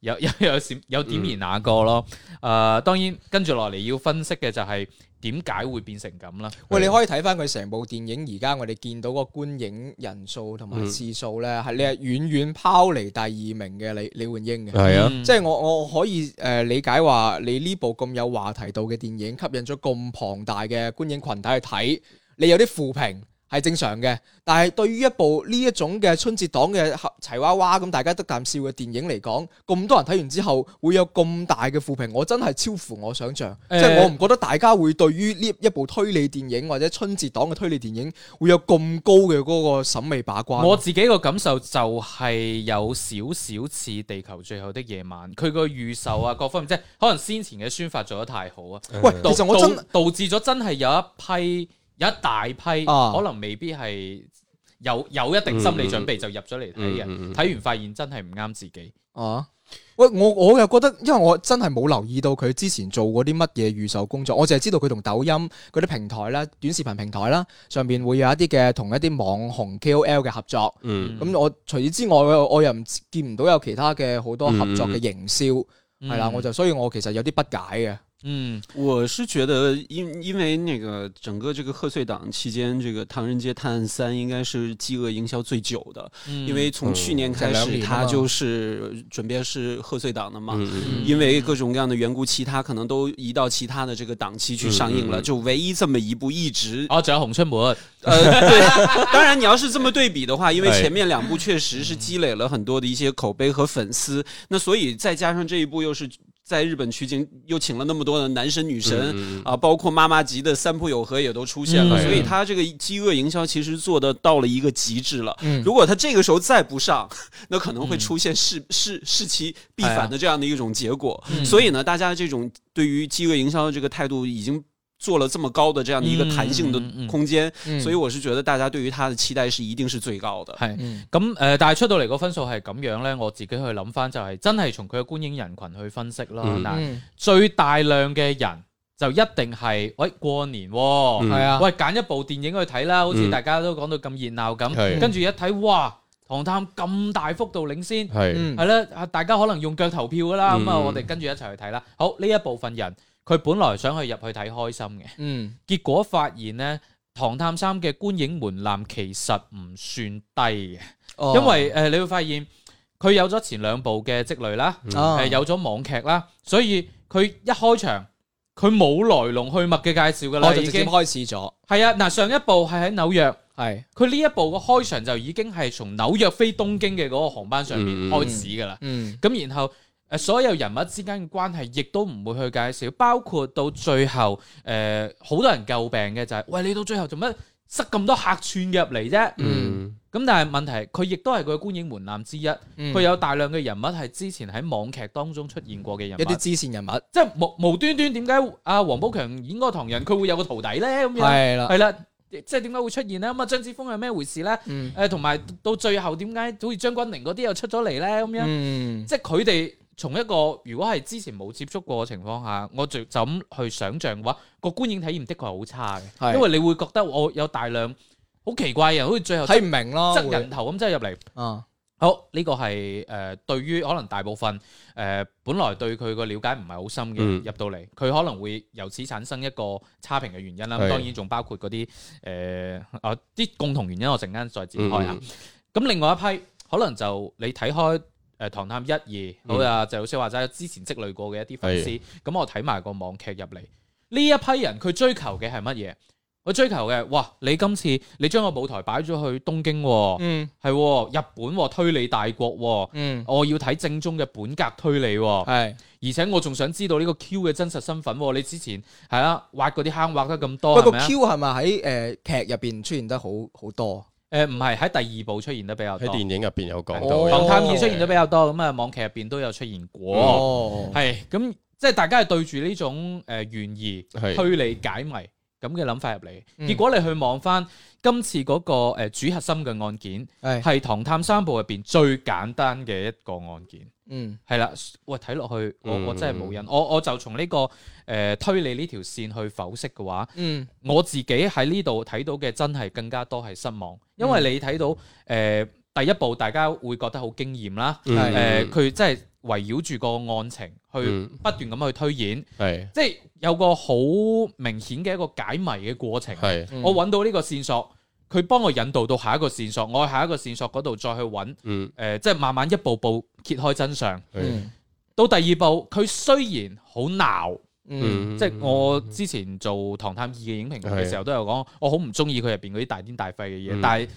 A: 有 有有閃有點然那個咯。誒、
D: 嗯
A: 當然跟住落嚟要分析嘅就係點解會變成咁啦。
C: 喂，你可以睇翻佢成部電影，而家我哋見到個觀影人數同埋次數咧，係你係遠遠拋離第二名嘅李李焕英嘅。
D: 係啊，
A: 嗯
C: 即係我我可以誒理解話，你呢部咁有話題度嘅電影，吸引咗咁龐大嘅觀影群體去睇，你有啲負評係正常嘅。但係對於一部呢一種嘅春節檔嘅合齊娃娃咁，大家得啖笑嘅電影嚟講，咁多人睇完之後會有咁大嘅負評，我真係超乎我想象。
A: 誒
C: 即係我唔覺得大家會對於呢一部推理電影或者春節檔嘅推理電影會有咁高嘅嗰個審美把關。
A: 我自己個感受就係有少少似《地球最後的夜晚》，佢個預售啊，各方面即係可能先前嘅宣發做得太好啊，
D: 嗯
C: 喂，
A: 導
C: 其實我真
A: 導導致咗真係有一批有一大批、
C: 啊
A: 可能未必係有有一定心理準備就入咗嚟睇嘅，
D: 嗯嗯嗯
A: 睇完發現真係唔啱自己。
C: 啊！喂，我我又覺得，因為我真係冇留意到佢之前做過啲乜嘢預售工作，我淨係知道佢同抖音嗰啲平台啦、短視頻平台啦上邊會有一啲嘅同一啲網紅 KOL 嘅合作。
D: 嗯
C: 咁、我除此之外，我我又唔知見唔到有其他嘅好多合作嘅營銷，係啦、
A: 嗯
C: 我就所以我其實有啲不解嘅。
A: 嗯
B: 我是觉得因，因为那个整个这个贺岁档期间，这个《唐人街探案三》应该是饥饿营销最久的，
A: 嗯
B: 因为从去年开
C: 嗯两
B: 始，
C: 年了
B: 它
C: 嘛
B: 就是准备是贺岁档的嘛。
D: 嗯嗯
B: 因为各种各样的缘故，其他可能都移到其他的这个档期去上映
D: 嗯
B: 了，
D: 嗯嗯
B: 就唯一这么一部一直
A: 哦，仲有《紅春門》
B: 呃， 对，当然你要是这么对比的话，因为
D: 哎
B: 前面两部确实是积累了很多的一些口碑和粉丝，那所以再加上这一部又是在日本取景，又请了那么多的男神女神。
D: 嗯哎
B: 啊，包括妈妈级的三浦友和也都出现了，
A: 嗯
B: 所以他这个饥饿营销其实做的到了一个极致了。
C: 嗯
B: 如果他这个时候再不上，那可
A: 嗯
B: 能会出现事事事其必反的这样的一种结果。
A: 哎嗯
B: 所以呢，大家这种对于饥饿营销的这个态度已经做了这么高的这样的一个弹性的
A: 嗯嗯嗯
B: 空间，
C: 嗯
B: 所以我是觉得大家对于他的期待是一定是最高的。
A: 係。
C: 嗯
A: 咁誒、呃但係出到嚟個分數係咁樣呢，我自己去諗翻就係、真係從佢嘅觀影人群去分析啦。
D: 嗯
A: 嗱、
C: 嗯
A: 最大量嘅人就一定係喂過年喎、
D: 嗯
C: 係啊，
A: 喂揀一部電影去睇啦，好似
D: 嗯
A: 大家都講到咁熱鬧咁，
D: 係
A: 跟住一睇哇，唐探咁大幅度領先，
D: 係
C: 嗯
A: 係啦，啊大家可能用腳投票噶啦，咁啊、
D: 嗯
A: 我哋跟住一齊去睇啦。好呢一部分人，佢本來想去入去睇開心嘅。
C: 嗯
A: 結果發現呢，《唐探三》嘅觀影門檻其實唔算低嘅，
C: 哦
A: 因為誒、呃你會發現佢有咗前兩部嘅積累啦，誒、
C: 啊
A: 有咗網劇啦，所以佢一開場佢冇來龍去脈嘅介紹㗎啦，
C: 我哦就
A: 已
C: 直接
A: 經
C: 開始咗，
A: 係啊！嗱，上一部係喺紐約，
C: 係
A: 佢呢一部嘅開場就已經係從紐約飛東京嘅嗰個航班上面
D: 嗯
A: 開始㗎啦。
C: 嗯
A: 咁然後誒、呃所有人物之間嘅關係亦都唔會去介紹，包括到最後誒好、多人詬病嘅就係、喂你到最後做乜塞咁多客串嘅入嚟啫？
D: 嗯
A: 咁但係問題係佢亦都係佢嘅觀影門檻之一，佢、
C: 嗯
A: 有大量嘅人物係之前喺網劇當中出現過嘅人
C: 一啲
A: 物。
C: 支線人物
A: 即係無無端端點解阿黃寶強演嗰個唐人佢會有個徒弟呢？咁樣
C: 係啦，
A: 係啦，即係點解會出現呢？咁啊張子峰係咩回事呢？
C: 嗯
A: 誒同埋到最後點解好似張君寧嗰啲又出咗嚟呢？咁樣
C: 嗯
A: 即係佢哋從一個如果係之前冇接觸過嘅情況下，我就就咁去想像嘅話，個觀影體驗的確係好差嘅，
C: 係
A: 因為你會覺得我有大量好奇怪嘅人，好似最後
C: 睇唔啊明咯，
A: 執
C: 會
A: 人哦頭咁真係入嚟。
C: 啊
A: 好，呢、個係誒、呃、對於可能大部分誒、呃本來對佢個了解唔係好深嘅、
D: 嗯
A: 入到嚟，佢可能會由此產生一個差評嘅原因啦。
D: 係
A: 當然仲包括嗰啲誒啊啲共同原因，我陣間再展開啊
D: 嗯。
A: 咁、另外一批可能就你睇開誒、呃唐探一二，
D: 嗯
A: 好啊，就好似話齋之前積累過嘅一啲粉絲，咁我睇埋個網劇入嚟，呢一批人佢追求嘅係乜嘢？佢追求嘅，哇！你今次你將個舞台擺咗去東京喎、
C: 嗯
A: 係喎，日本喎推理大國喎，
C: 嗯
A: 我要睇正宗嘅本格推理喎，
C: 係
A: 而且我仲想知道呢個 Q 嘅真實身份喎。你之前係啊，挖嗰啲坑挖得咁
C: 不
A: 多，係
C: 過
A: 咪啊
C: Q 係咪喺誒劇入邊出現得好好多？
A: 誒唔係喺第二部出現得比較
D: 喺
A: 多，
D: 電影入邊有講
C: 哦
D: 到
A: 唐
D: 嘅，
A: 探二出現得比較多，咁啊網劇入邊都有出現過，
C: 哦，
A: 係咁即係大家係對住呢種誒懸疑
D: 係
A: 推理解謎咁嘅諗法入嚟，
C: 嗯
A: 結果你去望翻今次嗰個誒主核心嘅案件，係
C: 係，
A: 《唐探三部》入邊最簡單嘅一個案件。
C: 嗯
A: 係啦，喂，睇落去我
D: 嗯
A: 我真係冇癮，我我就從呢、個呃推理呢條線去剖析嘅話，
C: 嗯
A: 我自己喺呢度睇到嘅真係更加多係失望，因
D: 嗯
A: 為你睇到诶、呃第一部大家會覺得好驚豔啦，
D: 嗯
C: 係
A: 诶佢真係圍繞住個案情去
D: 嗯
A: 不斷咁去推演，
D: 係
A: 即係有個好明顯嘅一個解謎嘅過程。
D: 係
C: 嗯
A: 我揾到呢個線索，佢幫我引導到下一個線索，我喺下一個線索嗰度再去揾，
D: 嗯
A: 诶、即係慢慢一步步揭開真相。
D: 係
C: 嗯
A: 到第二部，佢雖然好鬧，
C: 嗯
A: 即係我之前做《唐探二》嘅影評嘅時候都有講，我好唔中意佢入邊嗰啲大癲大廢嘅嘢，
D: 嗯
A: 但係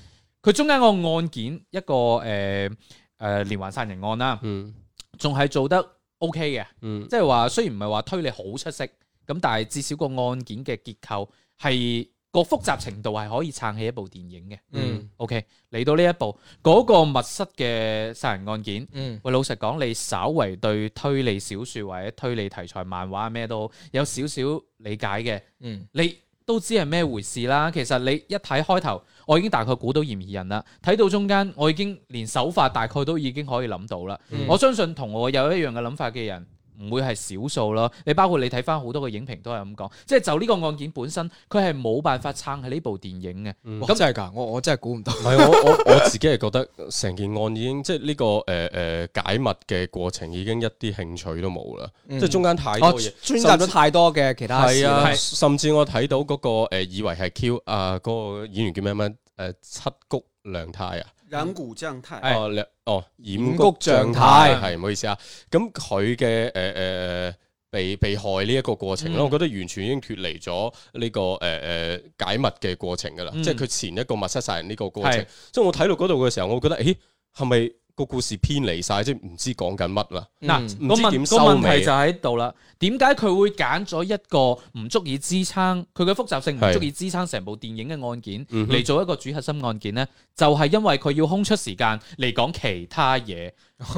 A: 佢中間個案件一個誒誒、呃連環殺人案啦，
D: 嗯
A: 仲係做得 OK 嘅，
D: 嗯
A: 即係話雖然唔係話推理好出色，咁但係至少個案件嘅結構係個複雜程度係可以撐起一部電影嘅。
C: 嗯
A: OK，嚟到呢一步，嗰、個密室嘅殺人案件。
C: 嗯
A: 喂，老實講，你稍為對推理小説或者推理題材漫畫咩都好有少少理解嘅，
C: 嗯
A: 你都知係咩回事啦。其實你一睇開頭，我已經大概估到嫌疑人啦。睇到中間，我已經連手法大概都已經可以諗到啦。
C: 嗯
A: 我相信同我有一樣嘅諗法嘅人。唔會係少數咯，你包括你睇翻好多嘅影評都係咁講，即係就呢個案件本身，佢係冇辦法撐喺呢部電影嘅。
C: 咁真係㗎，我我真係估唔到。
D: 唔係我我我自己係覺得成件案已經即係呢個誒誒解密嘅過程已經一啲興趣都冇啦，即係中間太多
C: 我
D: 嘢。
C: 專責咗太多嘅其他事
D: 係
C: 啦
D: 啊，甚至我睇到嗰個誒以為係 Q 啊嗰個演員叫咩咩誒七谷良太啊。
B: 染谷將太
A: 係
D: 哦，兩哦，染
C: 染
D: 谷
C: 谷
D: 將
C: 將
D: 太
C: 太
D: 係唔好意思啊。咁佢嘅誒誒被被害呢一個過程咧，
A: 嗯
D: 我覺得完全已經脱離咗呢個誒誒、呃解密嘅過程噶啦，
A: 嗯
D: 即係佢前一個密室殺人呢個過程
A: 係。
D: 即係我睇到嗰度嘅時候，我覺得誒係咪個故事偏離晒，即係唔知講緊乜啦？
A: 嗱，
C: 嗯
A: 個
D: 唔知
A: 問
D: 點
A: 個
D: 收
A: 問
D: 尾
A: 題就喺度啦。點解佢會揀咗一個唔足以支撐佢嘅複雜性，唔
D: 係
A: 足以支撐成部電影嘅案件
D: 嗯哼
A: 嚟做一個主核心案件呢？就係因為佢要空出時間嚟講其他 嘢。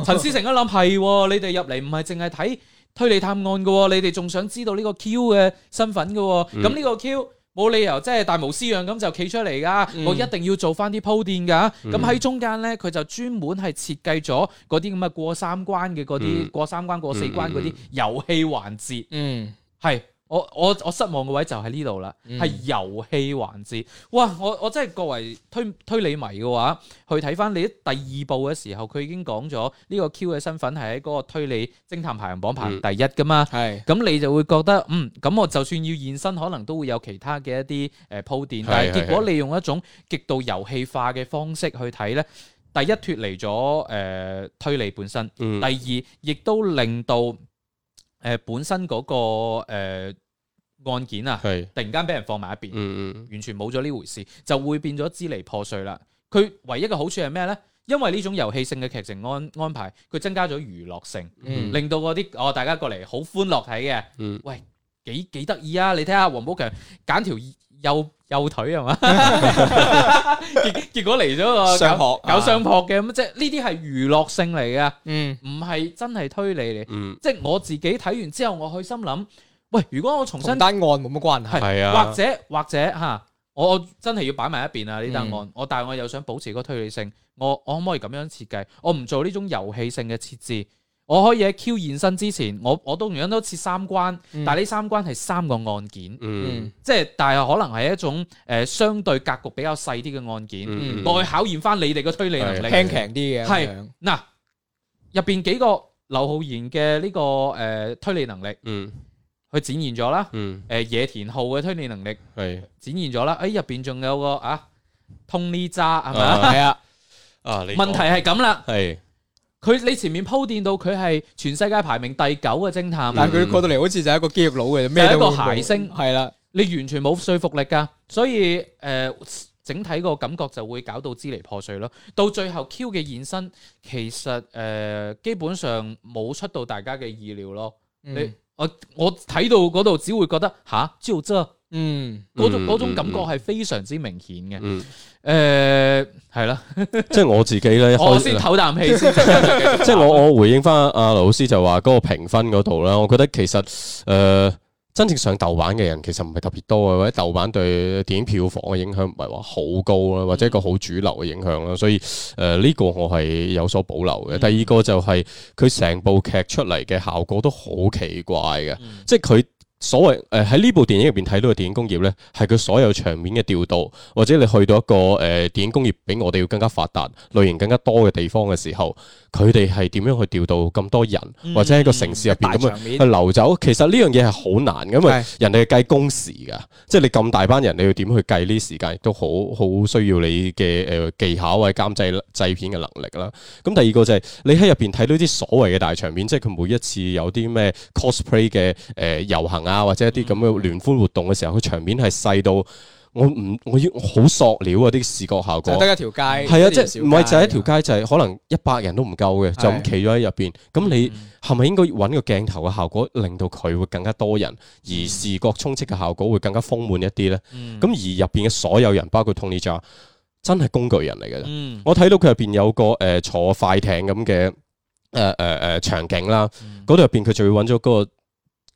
A: 陳思成一諗係喎，你哋入嚟唔係淨係睇推理探案嘅喎，你哋仲想知道呢個 Q 嘅身份嘅喎。咁呢個 Q。冇理由即係大無私樣咁就企出嚟噶，我一定要做翻啲鋪墊噶。咁喺、中間呢，佢就專門係設計咗嗰啲咁嘅過三關嘅嗰啲
D: 嗯
A: 過三關過四關嗰啲遊戲環節，
C: 嗯，
A: 係我我我失望嘅位就喺呢度啦，係遊戲環節。哇！我我真係作為推推理迷嘅話，去睇翻你第二部嘅時候，佢已經講咗呢個 Q 嘅身份係喺嗰個推理偵探排行榜排行第一噶嘛。
C: 係
A: 咁你就會覺得，嗯，咁我就算要現身，可能都會有其他嘅一啲誒鋪墊，但係
D: 係係
A: 結果你用一種極度遊戲化嘅方式去睇呢，第一脱離咗誒、呃推理本身，
D: 嗯
A: 第，二亦都令到誒、呃本身嗰、個、呃、案件啊，
D: 係
A: 突然間俾人放埋一邊，
D: 嗯嗯
A: 完全冇咗呢回事，就會變咗支離破碎啦。佢唯一嘅好處係咩呢？因為呢種遊戲性嘅劇情安安排，佢增加咗娛樂性。
C: 嗯
A: 令到嗰啲哦大家過嚟好歡樂睇嘅，
D: 嗯
A: 喂幾幾得意啊！你睇下黃寶強揀條右右腿係嘛，結結果嚟咗個
C: 上
A: 搞
C: 學
A: 搞
C: 啊
A: 雙撲嘅咁，即係呢啲係娛樂性嚟嘅，
C: 嗯
A: 唔係真係推理嚟。
D: 嗯，
A: 即係我自己睇完之後，我去心諗，喂，如果我重新
C: 同單案冇乜關係。
A: 係
D: 係啊，
A: 或者或者嚇、我我真係要擺埋一邊啊！呢單案，我但係我又想保持個推理性，我我可唔可以咁樣設計？我唔做呢種遊戲性嘅設置，我可以喺 Q 現身之前，我我同樣都設三關，
C: 嗯
A: 但係呢三關係三個案件，
D: 嗯，
A: 即係但係可能係一種誒、呃相對格局比較細啲嘅案件，
D: 嗯
A: 我去考驗翻你哋嘅推理能力。
C: 輕強啲嘅
A: 係
C: 咁樣
A: 嗱，入邊幾個劉浩然嘅呢、個誒、呃推理能力，
D: 嗯
A: 佢展現咗啦。
D: 嗯，
A: 誒、野田浩嘅推理能力。
D: 係
A: 展現咗啦。誒入邊仲有個啊通呢渣係咪啊？
D: 啊
C: 係 啊，
D: 啊，你
A: 問題係咁啦，
D: 係
A: 佢你前面鋪墊到佢係全世界排名第九嘅偵探，
D: 嗯
C: 但係佢過到嚟好似就係一個肌肉佬嘅，咩
A: 就係一
C: 都
A: 個
C: 會冇
A: 諧星
C: 係啦，
A: 你完全冇說服力㗎，所以誒、呃整體個感覺就會搞到支離破碎咯。到最後 Q 嘅現身，其實誒、呃基本上冇出到大家嘅意料咯。你
C: 嗯
A: 我我睇到嗰度只會覺得吓，照啫，
C: 嗯，
A: 嗰種
D: 嗯
A: 嗰種
D: 嗯
A: 感覺
D: 嗯
A: 係非常之明顯嘅。
D: 嗯，
A: 誒係啦，
D: 即係我自己咧，
A: 我
D: 開
A: 先唞啖氣先，即
D: 即係我我回應翻阿劉老師就話嗰個評分嗰度啦，我覺得其實誒、呃真正上豆瓣嘅人其實唔係特別多嘅，或者豆瓣對電影票房嘅影響唔係話好高啦，或者一個好主流嘅影響啦，所以呃誒呢、個我係有所保留嘅。第二個就係佢成部劇出嚟嘅效果都好奇怪嘅，即係佢。所謂誒喺呢部電影入邊睇到嘅電影工業呢，係佢所有場面嘅調度，或者你去到一個誒、呃、電影工業比我哋要更加發達、類型更加多嘅地方嘅時候，佢哋係點樣去調度咁多人，或者喺個城市入邊
C: 嗯大
D: 咁樣
C: 場面
D: 去流走？其實呢樣嘢係好難嘅，因為
C: 係
D: 人哋係計工時㗎，即係你咁大班人，你要點去計呢啲時間，亦都好好需要你嘅誒、呃技巧或者監製製片嘅能力啦。咁第二個就係你喺入邊睇到啲所謂嘅大場面，即係佢每一次有啲咩 cosplay 嘅誒遊行啊，或者
C: 嗯
D: 一啲咁嘅聯歡活動嘅時候，佢場面係細到我唔我要我好塑料啊啲視覺效
C: 就
D: 果。
C: 得一條街，
D: 係啊，
C: 一
D: 即
C: 條
D: 係
C: 小
D: 唔係就係
C: 街
D: 一條街，就係可能一百人都唔夠嘅，就咁
C: 係嗯
D: 企咗喺入邊。咁你係咪應該揾個鏡頭嘅效果，令到佢會更加多人，而視覺衝擊嘅效果會更加豐滿一啲呢？
C: 嗯
D: 咁而入邊嘅所有人，包括 Tony Jaa，真係工具人嚟嘅啫。
A: 嗯
D: 我睇到佢入邊有個誒、呃坐呃快艇咁嘅誒誒誒場景啦，嗰度入邊佢仲要揾咗嗰個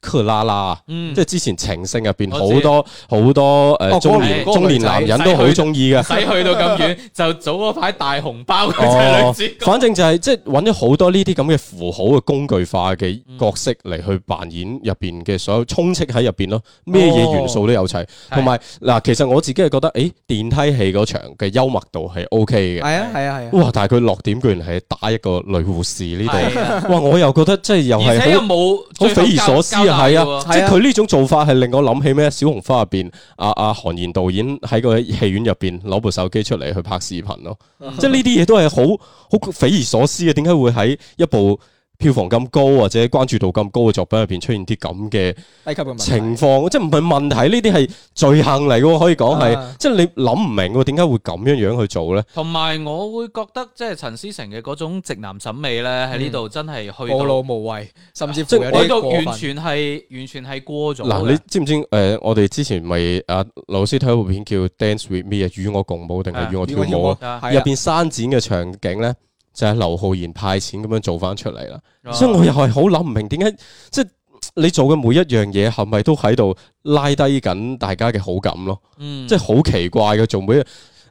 D: 克拉拉，
A: 嗯
D: 即係之前情聖入邊
A: 我知
D: 好多好多誒
C: 哦
D: 中
A: 嗰
D: 年
A: 個
D: 中
C: 女
D: 年
C: 仔
D: 男人都好中意嘅
A: 唔。使去到咁遠，就早嗰排大紅包嗰
D: 哦
A: 只女主角。
D: 反正就係即係揾咗好多呢啲咁嘅符號嘅工具化嘅
A: 嗯
D: 角色嚟去扮演入邊嘅所有充斥喺入邊咯，咩嘢
A: 哦
D: 元素都有齊。同埋嗱，其實我自己係覺得，誒電梯戲嗰場嘅幽默度係 O K
C: 系
D: 嘅。
C: 啊系啊系啊，
D: 哇！但係佢落點居然係打一個女護士呢
A: 係啊
D: 度，哇！我又覺得即係又
A: 而且
D: 係
A: 又
D: 好。
A: 冇
D: 好
A: 最後
D: 匪夷所思
A: 交交
D: 啊，
A: 代
D: 係
A: 嘅
D: 啊
A: 喎，
D: 即係佢呢種做法係令我諗起咩？小紅花入邊，阿阿韓延導演喺個戲院入邊攞部手機出嚟去拍視頻咯，
C: 啊
D: 即係呢啲嘢都係好好匪夷所思嘅。啊點解會喺一部票房咁高或者關注度咁高嘅作品入邊出現啲咁嘅
C: 低級嘅問題
D: 情況？即係唔係問題？呢啲係罪行嚟嘅喎，可以講係
C: 啊，
D: 即係你諗唔明喎，點解會咁樣樣去做咧？
A: 同埋我會覺得即係陳思誠嘅嗰種直男審美咧，
D: 嗯
A: 喺呢度真係去
C: 暴
A: 到
C: 露無遺，甚至
D: 即
C: 乎
D: 係
C: 有
A: 去到
C: 啲過
A: 完
C: 分。
A: 全係完全係過咗
D: 嗱，
A: 嘅。
D: 你知唔知？誒、我哋之前咪阿老師睇部片叫《Dance with Me》啊，與我共舞定係與我跳舞啊？
A: 啊
C: 係啊
D: 入邊刪剪嘅場景咧，就係、劉浩然派錢咁樣做翻出嚟啦。
A: 啊
D: 所以我又係好諗唔明點解，即係你做嘅每一樣嘢係咪都喺度拉低緊大家嘅好感咯？
A: 嗯
D: 即係好奇怪嘅做每一。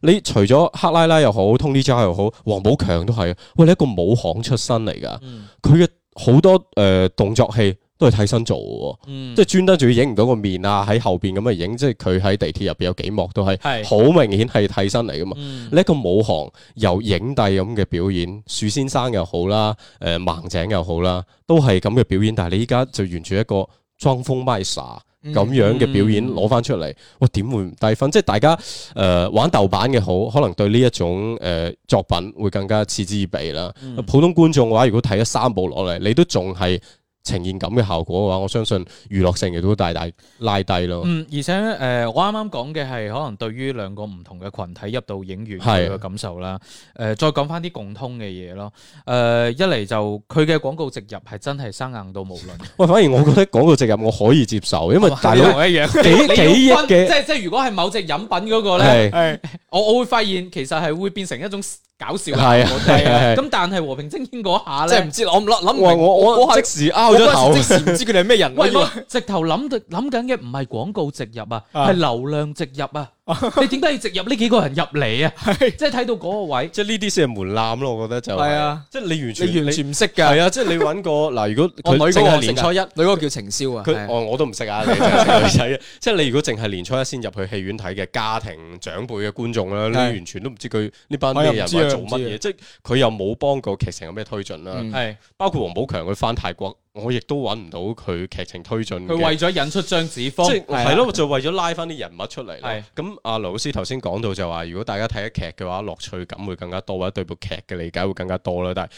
D: 你除咗克拉拉又好，Tony Jaa 又好，王寶強都係。啊喂，你一個武行出身嚟㗎，
A: 嗯
D: 佢嘅好多誒、呃、動作戲都係替身做嘅喎。
A: 嗯
D: 即係專登仲要影唔到個面啊，喺後邊咁樣影，即係佢喺地鐵入邊有幾幕都係
A: 係
D: 好明顯係替身嚟噶嘛。
A: 嗯
D: 呢一個武行由影帝咁嘅表演，樹先生又好啦，誒、盲井又好啦，都係咁嘅表演。但係你依家就沿住一個裝瘋賣傻
C: 嗯
D: 咁樣嘅表演
A: 嗯
D: 攞翻出嚟，哇點會唔低分？即係大家誒、呃玩豆瓣嘅好，可能對呢一種誒、呃作品會更加嗤之以鼻啦。
A: 嗯
D: 普通觀眾嘅話，如果睇咗三部落嚟，你都仲係呈現咁嘅效果嘅話，我相信娛樂性亦都大大拉低咯。
A: 嗯，而且誒、呃我啱啱講嘅係可能對於兩個唔同嘅群體入到影院
D: 係
A: 佢嘅感受啦。誒、呃再講翻啲共通嘅嘢咯。誒、一嚟就佢嘅廣告植入係真係生硬到無論，
D: 喂，反而我覺得廣告植入我可以接受，
A: 哦
D: 因為大佬
A: 一樣
D: 幾幾億嘅
A: 即係即係如果係某隻飲品嗰個咧，
D: 係
A: 我我會發現其實係會變成一種搞笑嘅
D: 係啊
A: 效果出
D: 係啊係啊
A: 嚟。咁但係和平精英嗰下
C: 即係
A: 咧
C: 唔。知我唔諗諗唔
D: 哇！
C: 明
D: 我我
C: 係
D: 即時拗咗頭
C: 我嗰陣時，即時唔知佢哋係咩人。我
A: 喂，
C: 以為
A: 我直頭諗到諗緊嘅唔係廣告植入啊，係流量植入 啊。你點解要植入呢幾個人入嚟啊？即係睇到嗰個位，
D: 即係呢啲先係門檻咯。我覺得就
C: 係啊，
D: 即係你完全
C: 你完全唔識㗎。
D: 係啊，即係你揾個 嗱，如
C: 我
D: 果
C: 女嗰
D: 佢淨
C: 個
D: 係
C: 我識
D: 年
C: 㗎
D: 初一。
C: 女嗰個叫程瀟啊。係
D: 佢
C: 啊
D: 我我都唔啊識啊，你真係 女仔啊！即係你如果淨係年初一先入去戲院睇嘅家庭長輩嘅觀眾啦，你
C: 係
D: 完全都唔知佢呢班咩
C: 我
D: 人
C: 又
D: 或
C: 唔知啊
D: 做乜
C: 唔知
D: 嘢，即係佢又冇幫個劇情有咩推進啦。
C: 嗯
A: 係
D: 包括王寶強佢翻泰國，我亦都揾唔到佢劇情推進嘅。
A: 佢為咗引出張子
D: 即
A: 峰，
D: 係係咯，就為咗拉翻啲人物出嚟咯
A: 啊係。
D: 咁阿劉老師頭先講到就話，如果大家睇一劇嘅話，樂趣感會更加多，或者對部劇嘅理解會更加多啦。但係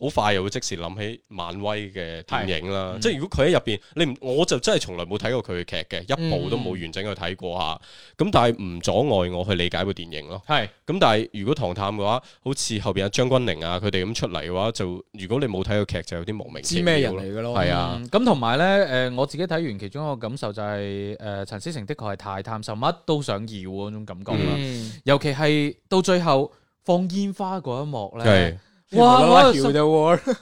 D: 好快又會即時諗起漫威嘅電影啦，
A: 係
D: 即係如果佢喺入邊，你唔我就真係從來冇睇過佢嘅劇嘅，一部都冇完整去睇過下。咁但係唔阻礙我去理解部電影咯。
A: 係
D: 咁但係如果唐探嘅話，好似後邊阿張君寧啊佢哋咁出嚟嘅話，就如果你冇睇過劇，就有啲無名
C: 知咩人嚟嘅咯
D: 係啊，
A: 嗯咁同埋咧，誒我自己睇完其中一個感受就係，誒陳思誠的確係太探索，乜都想要嗰種感覺啦。
C: 嗯
A: 尤其係到最後放煙花嗰一幕咧
D: 係，
A: 哇！
C: 無啦啦
A: 我
C: 搖
A: 心
C: 啫啊喎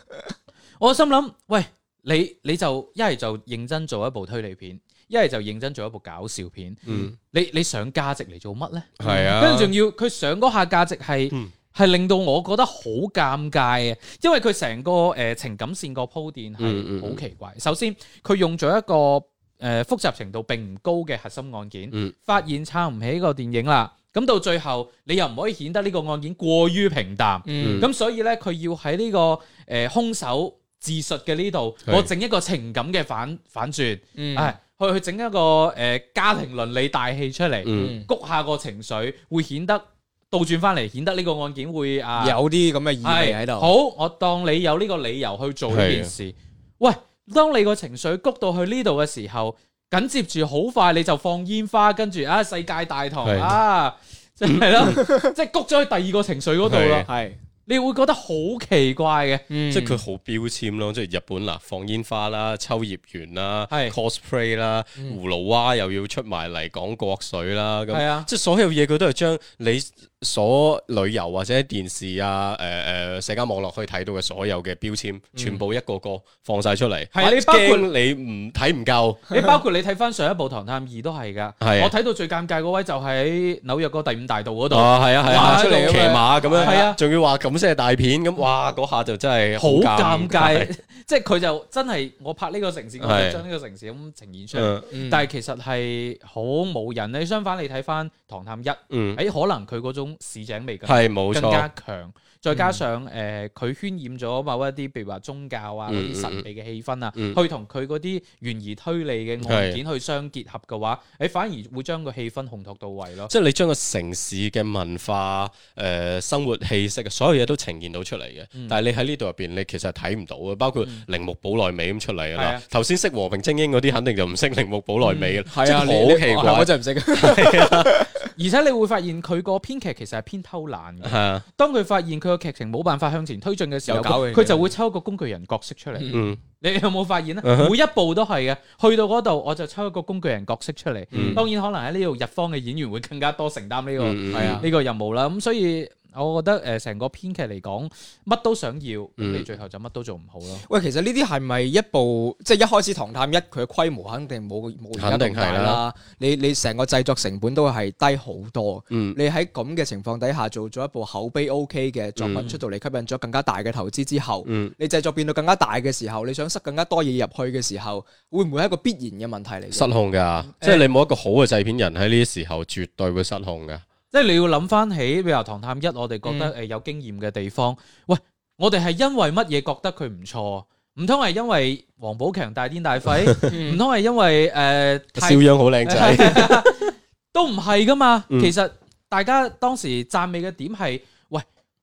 A: 我心諗，喂，你你就一係就認真做一部推理片，一係就認真做一部搞笑片。
D: 嗯，
A: 你你上價值嚟做乜咧？
D: 係啊，
A: 跟住仲要佢上嗰下價值係
D: 嗯
A: 係令到我覺得好尷尬嘅，因為佢成個誒、呃情感線個鋪墊
D: 嗯嗯
A: 係好奇怪。首先佢用咗一個誒、呃、複雜程度並唔高嘅核心案件，
D: 嗯
A: 發現撐唔起個電影啦。咁到最後你又唔可以顯得呢個案件過於平淡，
C: 嗯
A: 咁、所以呢，佢要喺呢、個誒、呃、兇手自述嘅呢度，
D: 係
A: 我整一個情感嘅反反轉，
C: 嗯
A: 係、去去整一個誒、呃家庭倫理大戲出嚟。
D: 嗯。
A: 谷下個情緒，會顯得倒轉翻嚟，顯得呢個案件會啊
C: 有啲咁嘅意味喺
A: 係
C: 度。
A: 好，我當你有呢個理由去做
D: 啊
A: 呢件事。喂，當你個情緒谷到去呢度嘅時候，緊接住好快你就放煙花，跟住啊世界大同
D: 係
A: 啊，即係咯，即係谷咗去第二個情緒嗰度
D: 係
A: 咯。
C: 係
A: 你會覺得好奇怪 嘅。
C: 嗯
D: 即係佢好標籤咯，即係日本嗱放煙花啦、秋葉原啦、
A: 係嗯
D: cosplay 啦、葫蘆娃又要出埋嚟講國粹啦，
A: 係
D: 咁
A: 啊
D: 即係所有嘢佢都係將你所旅遊或者電視啊、誒、誒社交網絡可以睇到嘅所有嘅標籤，全部一個個放晒出嚟。
A: 嗯係啊你包括
D: 驚你唔睇唔夠，
A: 你包括你睇翻上一部《唐探二》都係㗎。
D: 係啊
A: 我睇到最尷尬嗰位就喺紐約嗰第五大道嗰度，
D: 啊係啊係
A: 哇
D: 啊，
A: 出
D: 出
A: 嚟
D: 嚟
A: 咁
D: 騎
A: 樣
D: 馬咁樣，
A: 係啊
D: 仲要話咁先係大片咁，哇！嗰下就真係
A: 好尷
D: 尬
A: 尬。 即係佢就真係我拍呢個城市，我
D: 係
A: 就將呢個城市咁呈現出嚟。
D: 嗯
C: 嗯
A: 但係其實係好冇人。你相反，你睇翻《唐探一》，
D: 嗯，
A: 誒可能佢嗰種市井味更
D: 係冇
A: 更
D: 錯嗯
A: 加。強，再加上誒佢、渲染咗某一啲，譬如話宗教啊嗰
D: 嗯
A: 啲神秘嘅氣氛啊，
D: 嗯
A: 去同佢嗰啲懸疑推理嘅案件去相結合嘅話，你反而會將個氣氛烘托到位咯。
D: 即係你將個城市嘅文化、誒、生活氣息啊，所有嘢都呈現到出嚟嘅。
C: 嗯
D: 但係你喺呢度入邊，你其實睇唔到嘅，包括鈴木保奈美咁出嚟㗎
A: 係啊
D: 啦。頭先識和平精英嗰啲，肯定就唔識鈴木保奈美啦，即
C: 係
D: 係
C: 啊，你
D: 好
C: 你
D: 奇
C: 我我
D: 怪。
C: 真係唔識。
A: 而且你會發現佢個編劇其實係偏偷懶嘅。
D: 係啊，
A: 當佢發現佢個劇情冇辦法向前推進嘅時候，
C: 又搞
A: 佢
C: 嘢
A: 佢就會抽一個工具人角色出嚟。
D: 嗯，
A: 你有冇發現咧？
D: 嗯哼
A: 每一步都係嘅，去到嗰度我就抽一個工具人角色出嚟。
D: 嗯
A: 當然可能喺呢度日方嘅演員會更加多承擔呢個
D: 嗯嗯
C: 係啊
A: 呢個任務啦。咁所以我覺得誒呃成個編劇嚟講，乜都想要，咁
D: 嗯
A: 你最後就乜都做唔好咯。
C: 喂，其實呢啲係咪一部即係一開始《唐探一》佢嘅規模肯定冇冇而家
D: 肯
C: 咁
D: 定
C: 大
D: 係
C: 啦
D: 啦。
C: 你你成個製作成本都係低好多。
D: 嗯
C: 你喺咁嘅情況底下做咗一部口碑 OK 嘅作品
D: 嗯
C: 出到嚟，吸引咗更加大嘅投資之後，
D: 嗯
C: 你製作變到更加大嘅時候，你想塞更加多嘢入去嘅時候，會唔會係一個必然嘅問題嚟嘅？
D: 嗯失控㗎，
C: 嗯
D: 即係你冇一個好嘅製片人喺呢啲時候，絕對會失控㗎。
A: 即係你要諗翻起，譬如話《唐探一》，我哋覺
D: 嗯
A: 得誒呃有經驗嘅地方，喂，我哋係因為乜嘢覺得佢唔錯？唔通係因為王寶強大癲大 肺？唔通係因為呃 誒太
D: 肖央好靚仔，
A: 都唔係噶嘛。
D: 嗯
A: 其實大家當時讚美嘅點係，喂，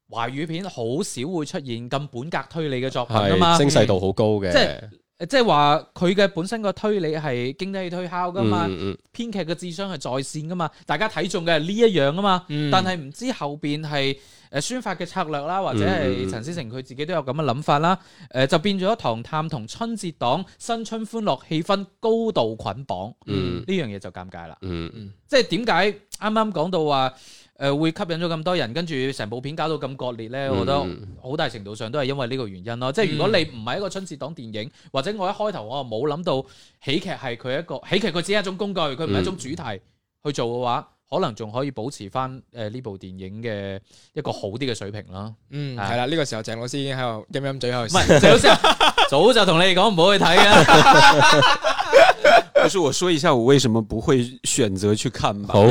A: 華語片好少會出現咁本格推理嘅作品啊嘛
D: 係。精細度好高嘅，嗯
A: 即係即係話佢嘅本身個推理係經得起推敲噶
C: 啊
A: 嘛，
D: 嗯嗯
A: 編劇嘅智商係在線噶嘛，大家睇中嘅係呢一樣啊嘛。
C: 嗯
A: 但係唔知後邊係誒宣發嘅策略啦，或者
D: 嗯嗯
A: 係
D: 嗯
A: 陳思成佢自己都有咁嘅諗法啦。誒、就變咗唐探同春節檔新春歡樂氣氛高度捆綁，
D: 嗯
A: 呢樣嘢就尷尬啦。
D: 嗯
A: 即係點解啱啱講到話誒、呃、會吸引咗咁多人，跟住成部片搞到咁割裂呢？
D: 嗯
A: 我覺得
D: 嗯
A: 好大程度上都係因為呢個原因
C: 嗯
A: 咯。即係如果你唔係一個春節檔電影，或者我一開頭我冇諗到喜劇係佢一個喜劇，佢只係一種工具，佢唔係一種主題去做嘅話，可能仲可以保持翻誒呢部電影嘅一個好啲嘅水平 啦。
C: 嗯，係啦，呢個時候鄭老師已經喺度陰陰嘴喺
A: 唔
C: 度笑。
A: 係，謝老師早就同你哋講唔好去睇啊嘅。
B: 就是我说一下我为什么不会选择去看吧。
D: 好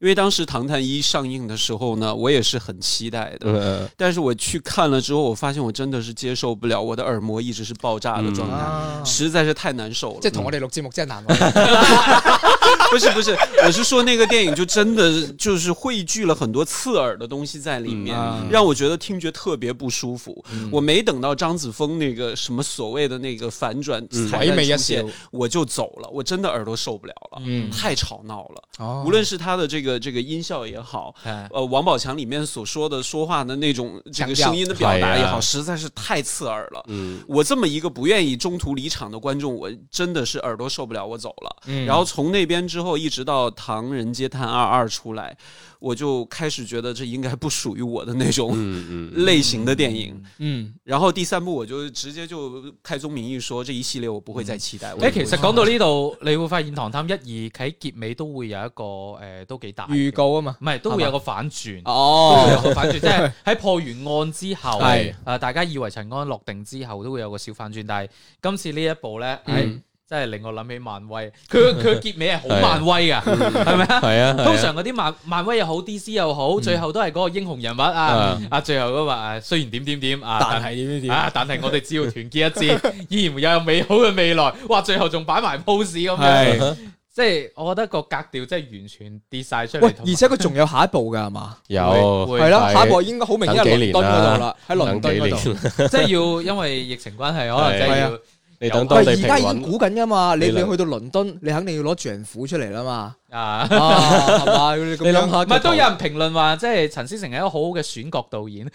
B: 因为当时《唐探一》上映的时候呢，我也是很期待的。
D: 嗯
B: 但是我去看了之后，我发现我真的是接受不了，我的耳膜一直是爆炸的状态，
C: 啊
B: 实在是太难受了。
C: 即係同我哋錄節目真係難為。
B: 不是不是，我是说那个电影就真的就是汇聚了很多刺耳的东西在里面，
C: 嗯
B: 让我觉得听觉特别不舒服。我没等到张子枫那个什么所谓的那个反转彩
C: 唯
B: 蛋
C: 美一
B: 出
C: 笑
B: 现，我就走了，我真的耳朵受不了了，太吵闹了。
C: 嗯哦
B: 无论是他的这个这个音效也好，
A: 哎
B: 呃，王宝强里面所说的说话的那种这
C: 强
B: 个
C: 调
B: 声音的表达也
D: 哎
B: 好，
D: 呀
B: 实在是太刺耳了。
D: 嗯
B: 我这么一个不愿意中途离场的观众，我真的是耳朵受不了，我走了。
D: 嗯
B: 然后从那边之后，一直到《唐人街探案二》出来，我就开始觉得这应该不属于我的那种
D: 嗯嗯，
B: 类型的电影。
C: 嗯，
B: 然后第三部，我就直接就开宗明义说，这一系列我不会再期
D: 嗯
B: 待。我
A: 誒，
B: 也不
A: 哎其
B: 会
C: 嗯
A: 實講到呢度，你會發現《唐探一二》喺結尾都會有一個誒、呃都幾大嘅
C: 預告啊嘛。
A: 唔係都會有個反轉。
C: 哦
D: 嗯
A: 都會有個 反轉，即係喺破完案之後，
C: 係
A: 啊，大家以為塵埃落定之後都會有個小反轉，但係今次呢一步咧，
C: 嗯
A: 係真係令我諗起漫威，佢 佢結尾係好漫威噶，係咪啊？
D: 係啊，係啊
A: 通常嗰啲漫漫威又好，DC 又
C: 嗯
A: 好，最後都係嗰個英雄人物啊
D: 嗯，
A: 啊最後嗰個啊，雖然點點點啊，
C: 但係點點點
A: 啊，但係我哋只要團結一 致，依然會有美好嘅未來。哇，最後仲擺埋 pose 咁樣，
C: 係
A: 即係我覺得個格調真係完全跌晒出嚟。
C: 喂，
A: 同埋
C: 而且佢仲有下一部㗎係嘛？
D: 有
A: 會
C: 係咯，
D: 但係
C: 下一步應該好明顯係倫敦嗰度啦，喺倫
D: 等
C: 敦
D: 幾
C: 嗰
D: 年
C: 度。，
A: 即係要因為疫情關係，可能真係要
D: 你等
C: 喂，
D: 當地
C: 而
D: 平
C: 家已經
D: 穩，
C: 估緊噶嘛，你
D: 理
C: 你
D: 論
C: 去到倫敦，你肯定要攞丈夫出嚟啦嘛，
A: 啊。
C: 啊，系嘛？你
D: 你諗 下
A: 唔係都有人評論話，即係陳思成係一個好好嘅選角導演，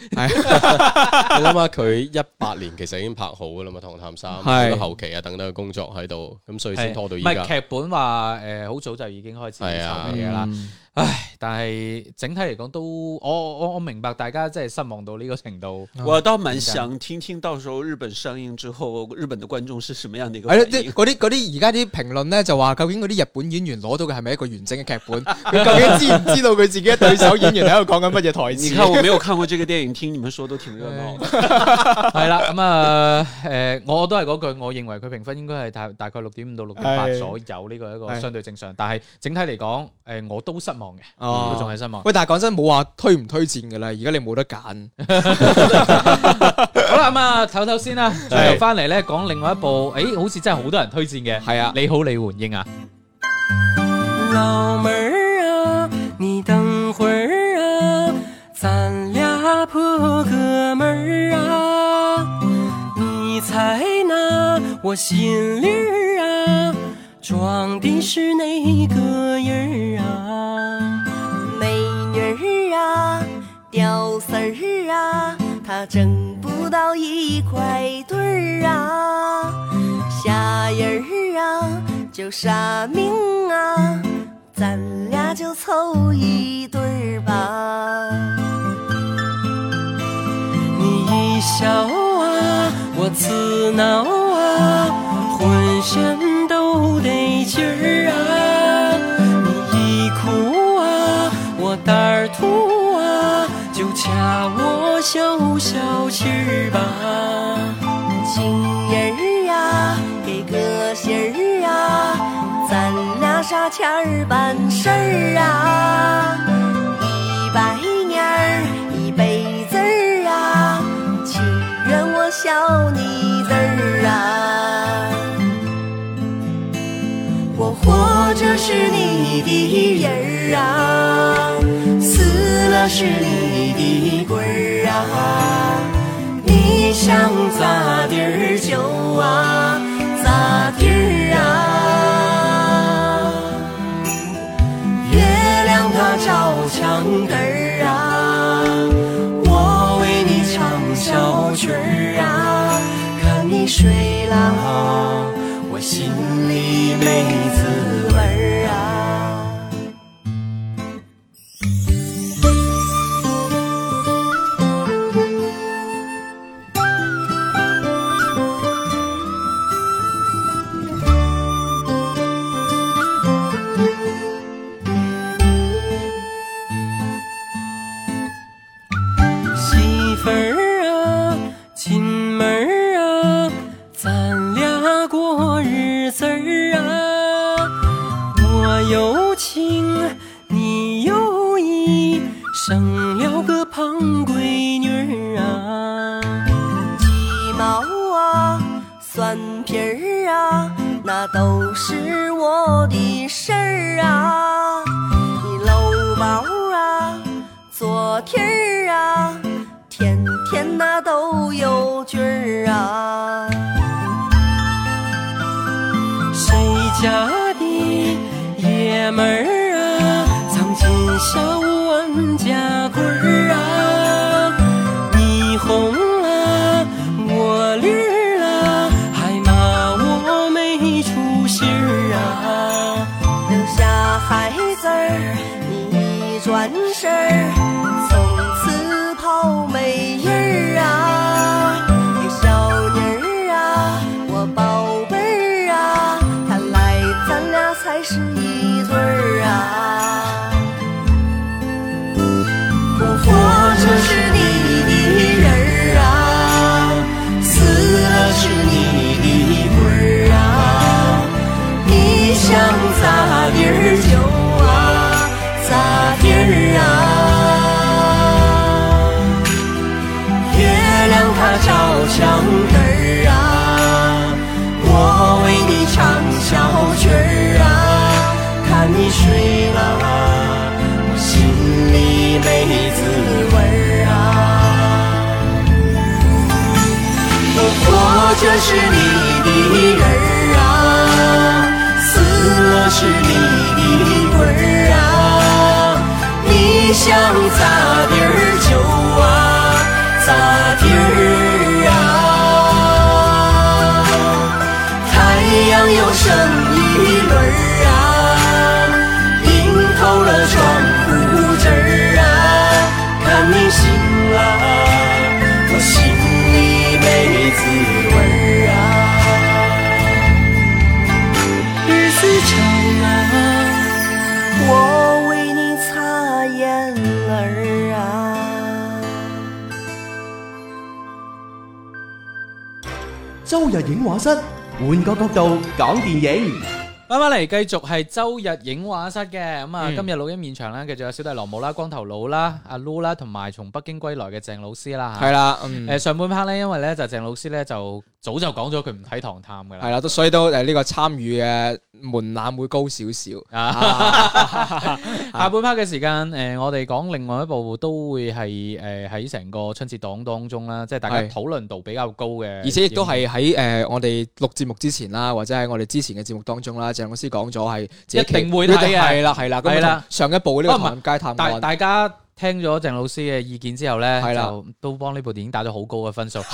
D: 你諗下佢一八年其實已經拍好噶啦嘛，《唐探三》
C: 係
D: 到後期啊等等嘅工作喺度，咁所以先拖到
A: 唔
D: 依
A: 係
D: 家。
A: 劇本話誒好早就已經開始
D: 係啊
A: 籌
C: 嘢
A: 嘢啦
C: 啦。，
A: 唉，但係整體嚟講都，我我我明白大家真係失望到呢個程度。
B: 我倒蛮想听听到时候日本上映之后，日本的观众是什么样的一个
C: 係
D: 哎
C: 咯，
B: 反
C: 即係
B: 应。
C: 嗰啲嗰啲而家啲評論咧就話，究竟嗰啲日本演員攞到嘅係咪一個完整嘅劇本？佢究竟知唔知道佢自己嘅對手演員喺度講緊乜嘢台
B: 你
C: 詞？
B: 看我没有看过这个电影，听你们说都挺热闹的。
A: 係啦，咁啊誒，我都係嗰句，我認為佢評分應該係大大概六點五到六點八
C: 係
A: 左右，呢個一個
C: 係
A: 相對正常。但係整體嚟講，誒我都失望嘅，
C: 哦
A: 我仲係失望。
C: 喂，但係講真，冇話推唔推薦㗎啦，而家你冇得揀。
A: 好啦，咁啊，唞唞先啦，最後翻嚟咧講另外一部，誒好似真係好多人推薦嘅，
C: 係啊
A: 你好李焕英啊，
E: 老妹儿啊，你等会儿啊，咱俩破个门儿啊，你猜那我心里儿啊，装的是哪个人儿啊？
F: 美女儿啊，屌丝儿啊，他整不到一块堆儿啊。傻人儿啊，就傻命啊，咱俩就凑一对儿吧。
E: 你一笑啊，我刺挠啊，浑身都得劲儿啊。你一哭啊，我胆儿突啊，就掐我小小气儿吧。
F: 情人儿啊，给个信儿啊，咱俩啥钱儿办事儿啊？一百年儿一辈子儿啊，情愿我笑你字儿啊。我活着是你的人儿啊，死了是你的鬼儿啊。你想咋地儿就啊咋地儿啊，月亮它照墙根儿啊，我为你唱小曲儿啊，看你睡啦，我心里没滋味儿啊。
E: 媳妇儿啊，进门儿啊，咱俩过日子儿啊。我有情，你有意，生了个胖闺女儿啊。
F: 鸡毛啊，蒜皮儿啊，那都是我的事儿啊。你搂包啊，左天儿啊，天天那都有句儿啊。
E: 谁家的爷们儿啊，藏进小万家棍儿啊，你红了，我绿儿了，还骂我没出息儿啊。
F: 留下孩子儿，你一转身儿，从此抛媚眼儿啊，给小妮儿啊，我宝贝儿啊，看来咱俩才是一对儿啊。我活着是你的人儿啊，死了是你的鬼儿啊。你想咋地儿就啊咋地儿啊，月亮它照墙根儿啊，我为你唱小曲儿啊，看你睡了，我心里没滋味儿啊。我活着是你的人儿啊，死了是你的鬼啊地儿啊，太阳又升一轮儿啊，淋透了窗户纸儿啊，看你醒了，我心里没滋味儿啊，日子长啊。我为你擦眼泪儿啊。
G: 周日影画室，換個角度講電影。
A: 翻翻嚟，繼續係周日影畫室嘅咁啊！
C: 嗯
A: 今日錄音現場咧，繼續有小弟羅姆啦、光頭佬啦、阿 Lu 啦，同埋從北京歸來嘅鄭老師啦
C: 系
A: 嚇。
C: 啦，嗯，
A: 誒上半 part 咧，因為咧就鄭老師咧就早就講咗佢唔睇唐探噶
C: 系
A: 啦，
C: 啦，都所以都诶呢個參與嘅門檻會高少少。
A: 啊，下半 part 嘅時間，誒、我哋講另外一部都會係誒喺成個春節檔當中啦，即係大家
C: 係
A: 討論度比較高嘅影片，
C: 而且亦都係喺誒我哋錄節目之前啦，或者喺我哋之前嘅節目當中啦，鄭老師講咗係自
A: 一
C: 己
A: 定會
C: 期
A: 睇嘅
C: 係啦係啦，
A: 係
C: 咁啊
A: 啦
C: 同上一部呢個
A: 啊唔係
C: 《唐人街探
A: 大
C: 案》
A: 大家聽咗鄭老師嘅意見之後咧，
C: 係啦
A: 就都幫呢部電影打咗好高嘅分數。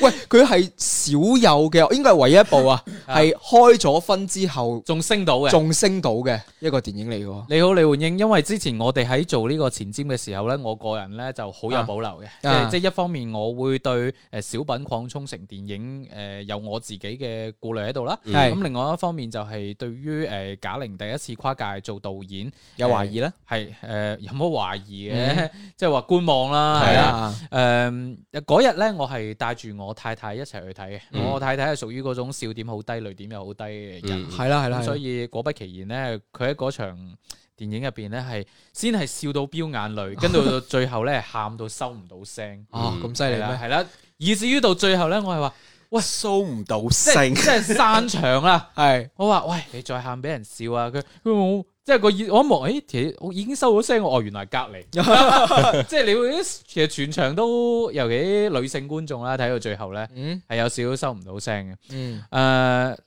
C: 喂，佢係少有嘅，應該係唯一一 部啊，係開咗分之後
A: 仲升到嘅。
C: 仲升到嘅一個電影嚟嘅喎。
A: 你好，李焕英，因為之前我哋喺做呢個前瞻嘅時候咧，我個人咧就好有保留嘅，即係
C: 啊
A: 即係一方面我會對誒小品擴充成電影誒、呃有我自己嘅顧慮喺度啦，
C: 嗯係
A: 咁另外一方面就係對於誒賈玲第一次跨界做導演
C: 有懷疑咧？嗯
A: 係誒、呃有冇懷疑嘅， 即係話觀望啦，
C: 係
A: 係啊。
C: 啊，
A: 誒嗰日咧，我係帶住我太太一齊去睇嘅。
D: 嗯
A: 我太太係屬於嗰種笑點好低、淚點又好低嘅人，
D: 嗯
C: 係啊啦係啦，
A: 咁
C: 係
A: 所
C: 啦
A: 以果不其然咧，佢喺嗰場電影入邊咧係先係笑到飆眼淚， 跟住到最後咧係喊到收唔到聲，
C: 啊咁犀利
A: 嗯係啦
C: 咩？
A: 係啦，以至於到最後咧，我係話喂
B: 收唔到
A: 即係即係散場啦。
C: 係
A: 我話喂，你再喊俾人笑啊！佢佢冇，即係個耳我一望，誒，其實我已經收咗聲，我哦，原來係隔離， 即係你會其實全場都尤其女性觀眾啦，睇到最後咧
C: 嗯
A: 係有少少收唔到聲嘅。誒、
C: 嗯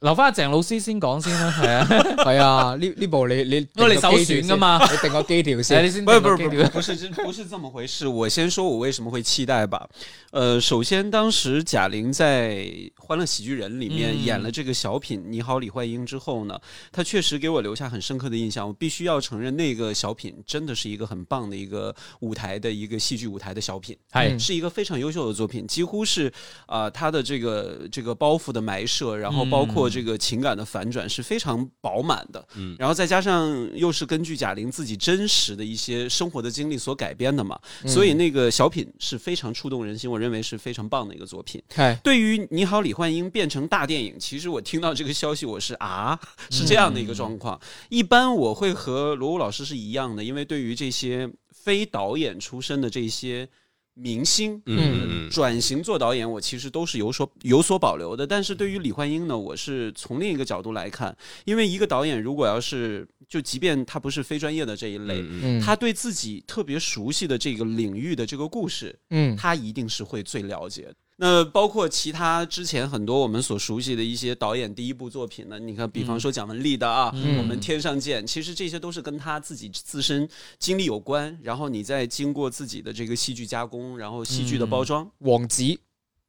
A: 留翻阿鄭老師先講先啦， 係啊，
C: 係啊，呢呢部你你
A: 因為你
C: 定個基
A: 首選
C: 調
A: 㗎嘛
C: 先你定個基 調
A: 係你
C: 先。
A: 先
B: 不
A: 定
B: 是
A: 個
B: 不
A: 基
B: 是不是
A: 調。
B: 不是这不是这么回事。我先说我为什么会期待吧。呃，首先当时贾玲在《欢乐喜剧人》里面
A: 嗯
B: 演了这个小品《你好，李焕英》之后呢，她确实给我留下很深刻的印象。我必须要承认，那个小品真的是一个很棒的一个舞台的一个戏剧舞台的小品。
A: 係
B: 是一个非常优秀的作品，几乎是啊、呃，它的这个这个包袱的埋设，然后包括这个情感的反转是非常饱满的。
D: 嗯
B: 然后再加上又是根据贾玲自己真实的一些生活的经历所改编的嘛，所以那个小品是非常触动人心，我认为是非常棒的一个作品。
C: 係
B: 对于《你好，李焕英》变成大电影，其实我听到这个消息，我是啊，是这样的一个状
D: 嗯
B: 况。一般我会和罗武老师是一样的，因为对于这些非导演出身的这些明星，
D: 嗯嗯
B: 转型做导演，我其实都是有所有所保留的。但是对于李焕英呢，我是从另一个角度来看，因为一个导演如果要是就即便他不是非专业的这一类，
D: 嗯
C: 嗯
B: 他对自己特别熟悉的这个领域的这个故事，
C: 嗯
B: 他一定是会最了解的。那包括其他之前很多我们所熟悉的一些导演第一部作品呢，你看，比
C: 嗯
B: 方说蒋雯丽的啊，我们《天上见》，其实这些都是跟他自己自身经历有关，然后你再经过自己的这个戏剧加工，然后戏剧的包装，
C: 王子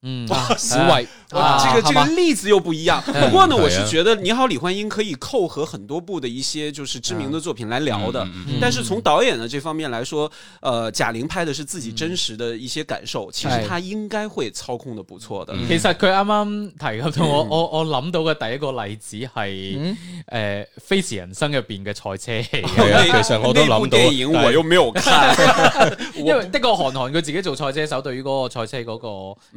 A: 嗯，
C: 小慧
B: 哇，
C: 啊
B: 这个这
C: 好
B: 个
C: 吧
B: 例子又不一样。不过呢，
D: 对呀
B: 我是觉得《你好，李焕英》可以扣合很多部的一些就是知名的作品来聊的
D: 嗯嗯。
B: 但是从导演的这方面来说，呃，贾玲拍的是自己真实的一些感
D: 嗯
B: 受，其实她应该会操控的不错的。
A: 其實佢啱啱提及到
C: 嗯
A: 我，我我諗到嘅第一個例子係誒《飛馳人生》入邊嘅賽車戲 嘅。
D: 係啊
B: 那
D: 其實我都諗到
B: 那部 电影我又没有看，
A: 因為的確韓寒佢自己做賽車手，對於嗰個賽車嗰個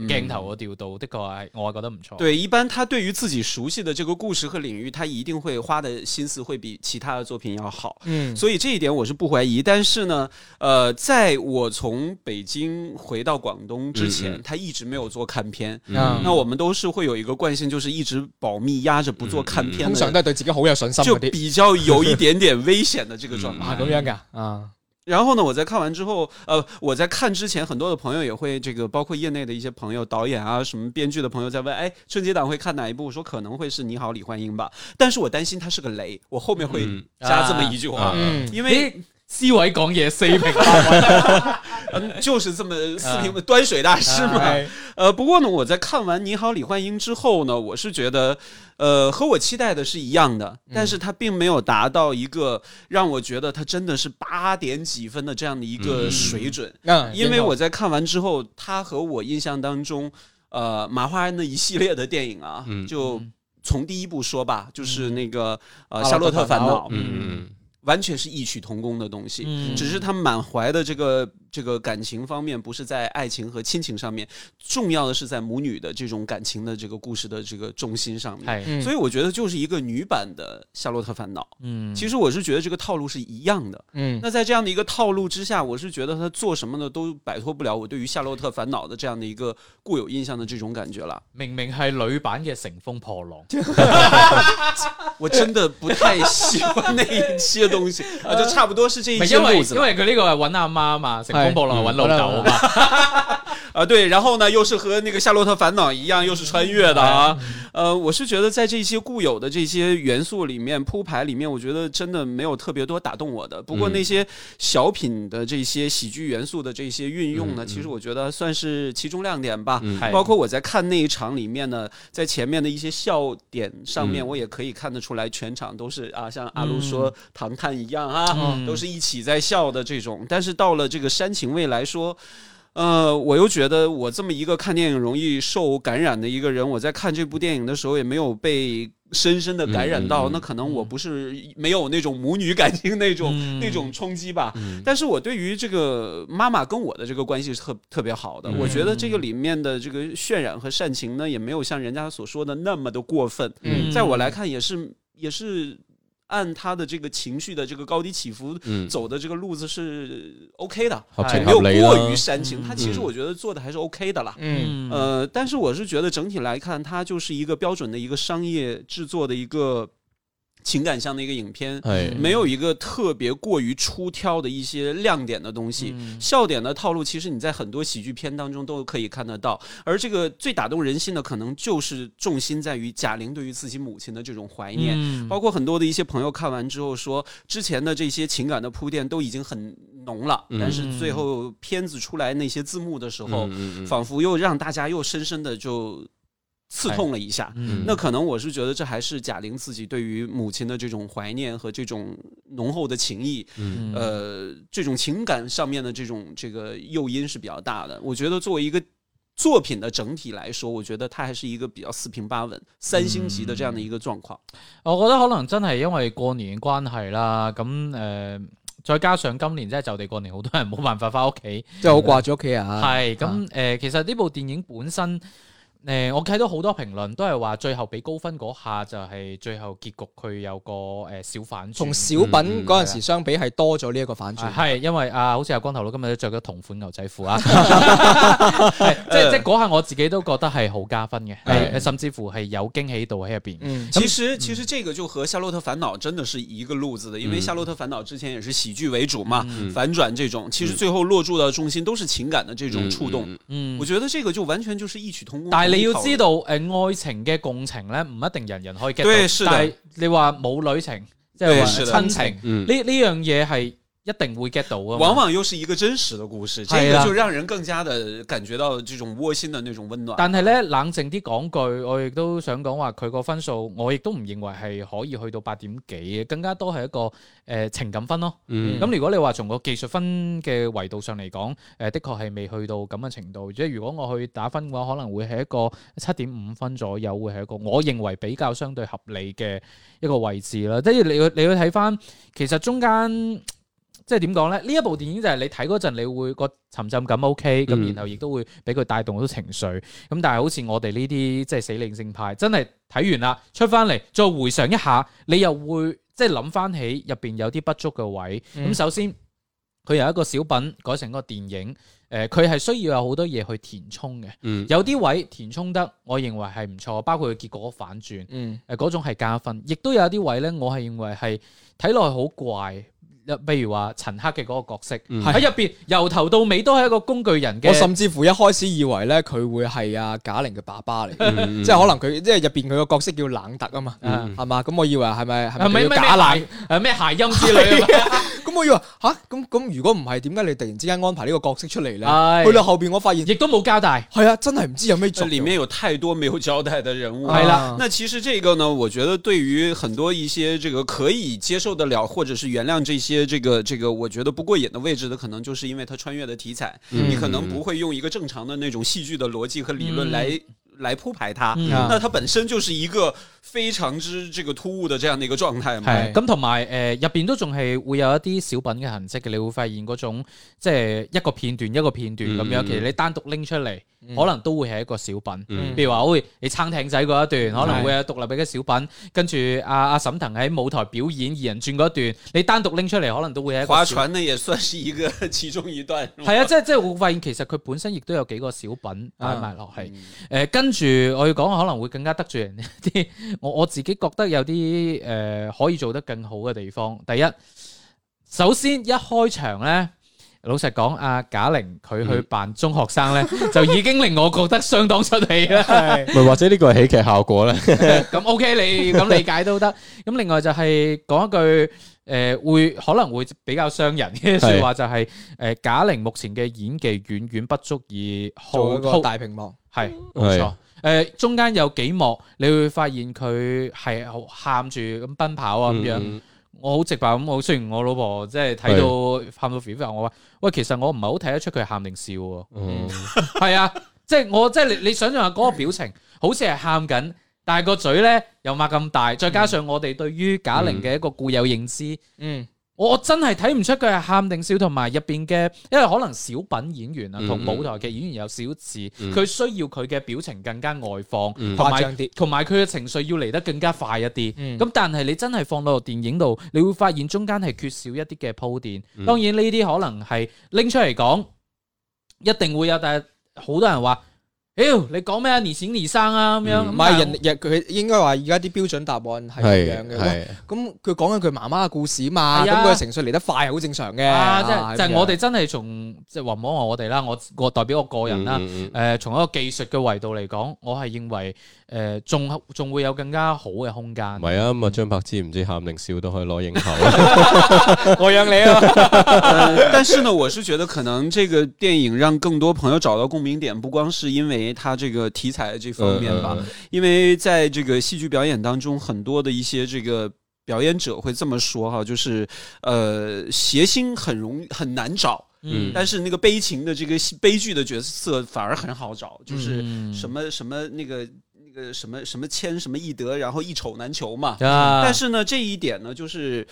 A: 鏡頭嘅調度，的確係我係覺得唔錯。
B: 嗯对，一般他对于自己熟悉的这个故事和领域，他一定会花的心思会比其他的作品要好。
C: 嗯
B: 所以这一点我是不怀疑。但是呢，呃，在我从北京回到广东之前，
D: 嗯嗯嗯
B: 他一直没有做看片。
C: 啊
B: 那我们都是会有一个惯性，就是一直保密压着不做看
D: 嗯
B: 片
C: 通
B: 的
C: 常都係對自己好有信心
B: 就
C: 嗰啲。
B: 比较有一点点危险的这
D: 嗯
B: 个状
C: 啊
B: 态。
C: 咁樣噶啊。
B: 然后呢，我在看完之后，呃，我在看之前，很多的朋友也会这个，包括业内的一些朋友、导演啊、什么编剧的朋友在问，哎，春节档会看哪一部？我说可能会是《你好，李焕英》吧，但是我担心它是个雷，我后面会
D: 嗯
B: 加这么一句话，
D: 啊
B: 因为
A: 你知伟講嘢四平八
B: 嗯，就是这么四平端水大师嘛。
C: 哎
B: 呃，不过呢，我在看完《你好，李焕英》之后呢，我是觉得，呃，和我期待的是一样的，
C: 嗯
B: 但是它并没有达到一个让我觉得它真的是八点几分的这样的一个水准。
C: 嗯
B: 因为我在看完之后，它和我印象当中，呃，马化腾的一系列的电影啊，
D: 嗯
B: 就从第一部说吧，就是那个呃《
C: 夏
B: 夏洛
C: 洛嗯特
B: 特烦
C: 烦恼
B: 恼》，
D: 嗯，
B: 完全是异曲同工的东西。
A: 嗯
B: 只是他满怀的这个这个感情方面，不是在爱情和亲情上面，重要的是在母女的这种感情的这个故事的这个重心上面。
A: 係，
B: 所以我觉得就是一个女版的《夏洛特烦恼》。
A: 嗯，
B: 其实我是觉得这个套路是一样的。
C: 嗯
B: 那在这样的一个套路之下，我是觉得他做什么呢都摆脱不了我对于《夏洛特烦恼》的这样的一个固有印象的这种感觉了。
A: 明明係女版嘅《乘風破浪》，
B: 我真的不太喜欢那一期的东西啊，就差不多是这
A: 唔
B: 一
A: 係
B: 些
A: 因為
B: 路子
A: 因
B: 了。
A: 為佢呢個係揾阿媽嘛，《乘風破浪》係揾老豆啊嘛。
B: 啊，对，然后呢，又是和那个《夏洛特烦恼》一样，又是穿越的啊。呃，我是觉得在这些固有的这些元素里面铺排里面，我觉得真的没有特别多打动我的。不过那些小品的这些喜剧元素的这些运用呢，其实我觉得算是其中亮点吧。
D: 嗯
A: 係
B: 包括我在看那一场里面呢，在前面的一些笑点上面，我也可以看得出来，全场都是啊，像阿卢说唐探一样啊，都是一起在笑的这种。但是到了这个煽情味来说。呃，我又觉得我这么一个看电影容易受感染的一个人，我在看这部电影的时候也没有被深深的感染到，
D: 嗯嗯嗯
B: 那可能我不是没有那种母女感情那种、
A: 嗯
B: 那种冲击吧。
D: 嗯
B: 但是我对于这个妈妈跟我的这个关系是特特别好的，
D: 嗯
B: 我觉得这个里面的这个渲染和煽情呢，也没有像人家所说的那么的过分。
C: 嗯
B: 在我来看也是也是按他的这个情绪的这个高低起伏
D: 嗯
B: 走的这个路子是 OK 的，
D: 合情
B: 没有
D: 合理嗯
B: 过于
D: 啦。
B: 煽情。他其实我觉得做的还是 OK 的啦。
A: 嗯
C: 嗯
B: 呃，但是我是觉得整体来看，它就是一个标准的一个商业制作的一个情感向的一个影片，
D: 系
B: 没有一个特别过于出挑的一些亮点的东
D: 嗯
B: 西。笑点的套路，其实你在很多喜剧片当中都可以看得到。而这个最打动人心的，可能就是重心在于贾玲对于自己母亲的这种怀念。
A: 嗯
B: 包括很多的一些朋友看完之后说，之前的这些情感的铺垫都已经很浓了，
A: 嗯
B: 但是最后片子出来那些字幕的时候，
D: 嗯嗯
B: 仿佛又让大家又深深的就刺痛了一下。
A: 嗯
B: 那可能我是觉得这还是贾玲自己对于母亲的这种怀念和这种浓厚的情谊，
A: 嗯
B: 呃，这种情感上面的这种这个诱因是比较大的。我觉得作为一个作品的整体来说，我觉得它还是一个比较四平八稳、三星级的这
A: 嗯
B: 样的一个状况。
A: 我覺得可能真係因為過年關係啦，咁誒、呃再加上今年真係就地過年，好多人冇辦法翻屋企，
C: 即係好掛住屋企啊。
A: 係咁誒。其實呢部電影本身誒、呃我睇到好多評論都係話最後俾高分嗰下就係最後結局佢有個誒、呃小反轉，
C: 同小品嗰陣時相比係多咗呢一個反轉
A: 啊。係因為啊，好似阿光頭佬今日都着咗同款牛仔褲啊，係即係即係嗰下我自己都覺得係好加分嘅，係甚至乎係有驚喜度喺入邊。
C: 嗯
B: 其实其实这个就和《夏洛特烦恼》真的是一个路子的，因
A: 嗯
B: 为《夏洛特烦恼》之前也是喜剧为主嘛，反转这种，其实最后落注到中心都是情感的这种触动。
A: 嗯
B: 我觉得这个就完全就是异曲同工。
A: 但係你要
B: 同一套
A: 知道，誒、愛情嘅共情咧，唔一定人人可以 get
B: 對
A: 到。
B: 是的
A: 但係你話母女情，即係
B: 對
A: 話
B: 是的
A: 親情，
D: 嗯
A: 呢呢樣嘢係一定會 get 到嘅。
B: 往往又是一个真实的故事，
A: 哎
B: 这
A: 呀
B: 个就让人更加的感觉到这种窝心的那种温暖。
A: 但係咧冷靜啲講句，我亦都想講話佢個分數，我亦都唔認為係可以去到八點幾嘅，更加多係一個誒、呃情感分咯。
D: 嗯
A: 咁、如果你話從個技術分嘅維度上嚟講，誒、的確係未去到咁嘅程度。即係如果我去打分嘅話，可能會係一個七點五分左右，會係一個我認為比較相對合理嘅一個位置啦。即係你要你要睇翻，其實中間。即係點講咧？呢一部電影就係你睇嗰陣，你會個沉浸感 OK，咁、
D: 嗯
A: 然後亦都會俾佢帶動到情緒。咁但係好似我哋呢啲即係死靈性派，真係睇完啦，出翻嚟再回想一下，你又會即係諗翻起入邊有啲不足嘅位。咁、
C: 嗯
A: 首先佢由一個小品改成一個電影，誒佢係需要有好多嘢去填充嘅。
D: 嗯
A: 有啲位填充得，我認為係唔錯，包括佢結果反轉。
C: 嗯
A: 誒嗰種係加分，亦都有一啲位咧，我係認為係睇落去好怪。譬如話陳克嘅嗰個角色
D: 嗯
A: 喺入邊，由頭到尾都係一個工具人嘅。
C: 我甚至乎一開始以為咧佢會係阿賈玲嘅爸爸嚟，
D: 嗯
C: 即係可能佢即係入邊佢個角色叫冷特啊嘛，
A: 嗯
C: 係嘛？咁我以為係咪係
A: 係
C: 咪
A: 咪
C: 叫
A: 咩
C: 假冷？
A: 係咩諧音之類啊嘛？
C: 咁咁我以為吓，咁咁如果唔係，點解你突然之間安排呢個角色出嚟
A: 係
C: 咧？去到後邊我發現
A: 亦都冇交代。
C: 係啊，真係唔知有咩
B: 这
C: 做。
B: 里面有太多没有交代的人物。
A: 哎
C: 啦
B: 那其实这个呢，我觉得对于很多一些这个可以接受得了，或者是原谅这些这个这个我觉得不过瘾的位置的，可能就是因为它穿越的题材，你可能不会用一个正常的那种戏剧的逻辑和理论来。来铺排它，那它本身就是一个非常之这个突兀的这样的一个状态嘛。
A: 係咁，同埋誒入邊都仲係會有一啲小品嘅痕跡嘅，你會發現嗰種即係一個片段一個片段咁樣，
D: 嗯
A: 其實你單獨拎出嚟，可能都會係一個小品。
D: 嗯
A: 譬如話，好似你撐艇仔嗰一段，可能會有獨立嘅小品，跟住阿阿沈騰喺舞台表演二人轉嗰一段，你單獨拎出嚟，可能都會係一個
B: 划
A: 小
B: 船呢也算是一个 其中一段。是吧
A: 係啊，即係即係會發現其實佢本身亦都有幾個小品擺埋落去。誒、跟住我要講可能會更加得罪人 啲。我我自己覺得有啲誒、呃可以做得更好嘅地方。第一，首先一開場咧。老實講，阿賈玲佢去扮中學生咧，就已經令我覺得相當出戲啦。
D: 咪或者呢個係喜劇效果咧？
A: 咁 OK，你咁理解都得。咁另外就係講一句誒、会會可能會比較傷人嘅説話，就係、誒賈玲目前嘅演技遠遠不足以
C: 做
A: 好
C: 一個大屏幕，
A: 係冇錯。誒、中間有幾幕，你會發現佢係好喊住咁奔跑啊咁樣。
D: 嗯
A: 我好直白咁，我雖然我老婆即係睇到喊到 f 我話：喂，其實我唔係好睇得出佢係喊定笑喎。
D: 嗯
A: 係啊，即係我即係你你想象下嗰個表情，好似係喊緊，但係個嘴咧又擘咁大，再加上我哋對於賈
D: 嗯
A: 玲嘅一個固有認知，
C: 嗯，
A: 我我真係睇唔出佢係喊定笑，同埋入邊嘅，因為可能小品演員啊
D: 嗯
A: 同舞台劇演員有少似，
D: 嗯
A: 佢需要佢嘅表情更加外放，
D: 嗯
A: 同
C: 誇
A: 埋
C: 張啲。
A: 同埋佢嘅情緒要嚟得更加快一啲。
C: 嗯
A: 咁但係你真係放到電影度，你會發現中間係缺少一啲嘅鋪墊。當然呢啲可能係拎出嚟講，一定會有，但係好多人話：，妖你講咩啊？年閃年生啊咁樣。
C: 嗯唔
A: 咁
C: 係
A: 但
C: 人，人佢應該話而家啲標準答案係咁樣嘅。喂
D: 係
C: 咁佢講緊佢媽媽嘅故事嘛，
A: 係
C: 咁
A: 啊
C: 佢嘅情緒嚟得快，好正常嘅。
A: 啊，即係就
C: 咁
A: 係
C: 樣
A: 我哋真係從即係話唔好話我哋啦，我我代表我個人啦。
D: 嗯嗯嗯
A: 誒，從一個技術嘅維度嚟講，我係認為誒，仲仲會有更加好嘅空間
D: 唔。係啊，咁啊張柏芝唔知喊定笑都可以攞影后。
A: 我養你啊！
B: 呃 但是呢，我是觉得可能这个电影让更多朋友找到共鸣点，不光是因为它这个题材这方面吧，
D: 嗯
B: 因为在这个戏剧表演当中，很多的一些这个。表演者会这么说哈，就是，呃，谐星很容很难找，
A: 嗯
B: 但是那个悲情的这个戏悲剧的角色反而很好找，就是
A: 嗯
B: 什么什么那个那个什么什么谦什么易德，然后一丑难求嘛，
A: 啊
B: 但是呢，这一点呢，就是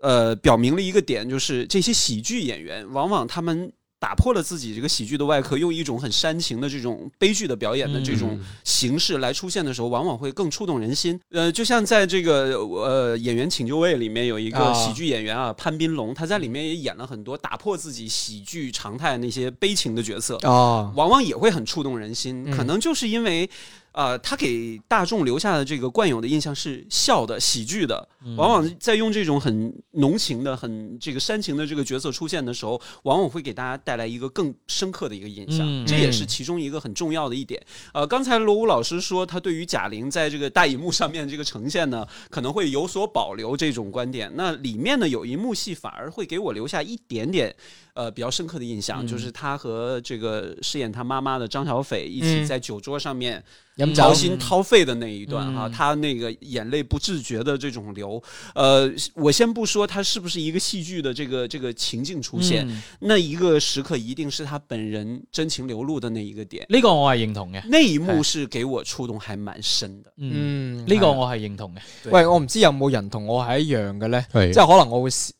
B: 呃，表明了一个点，就是这些喜剧演员往往他们。打破了自己这个喜剧的外壳，用一种很煽情的这种悲剧的表演的这种形式来出现的时候，往往会更触动人心。呃，就像在这个呃《演员请就位》里面有一个
C: 啊
B: 喜剧演员啊，潘斌龙，他在里面也演了很多打破自己喜剧常态那些悲情的角色。
C: 哦，
B: 往往也会很触动人心。
C: 嗯
B: 可能就是因为，呃，他给大众留下的这个惯有的印象是笑的、喜剧的，往往在用这种很浓情的、很这个煽情的这个角色出现的时候，往往会给大家带来一个更深刻的一个印象。
A: 嗯
B: 这也是其中一个很重要的一点。呃，刚才罗武老师说，他对于贾玲在这个大荧幕上面这个呈现呢，可能会有所保留这种观点。那里面呢，有一幕戏反而会给我留下一点点呃比较深刻的印象，就是他和这个饰演他妈妈的张小斐一起
C: 嗯
B: 在酒桌上面
C: 飲
B: 掏
C: 酒
B: 心掏肺的那一段哈、他那个眼泪不自觉的这种流，呃，我先不说他是不是一个戏剧的这个这个情境出现，
A: 嗯
B: 那一个时刻一定是他本人真情流露的那一个点。
A: 呢個我係認同嘅。
B: 那一幕是给我触动还蛮深的，
A: 嗯，
C: 嗯，
A: 呢個我係認同嘅。
B: 對
C: 喂，我唔知有冇人同我係一樣嘅咧，
D: 係
C: 即係可能我會試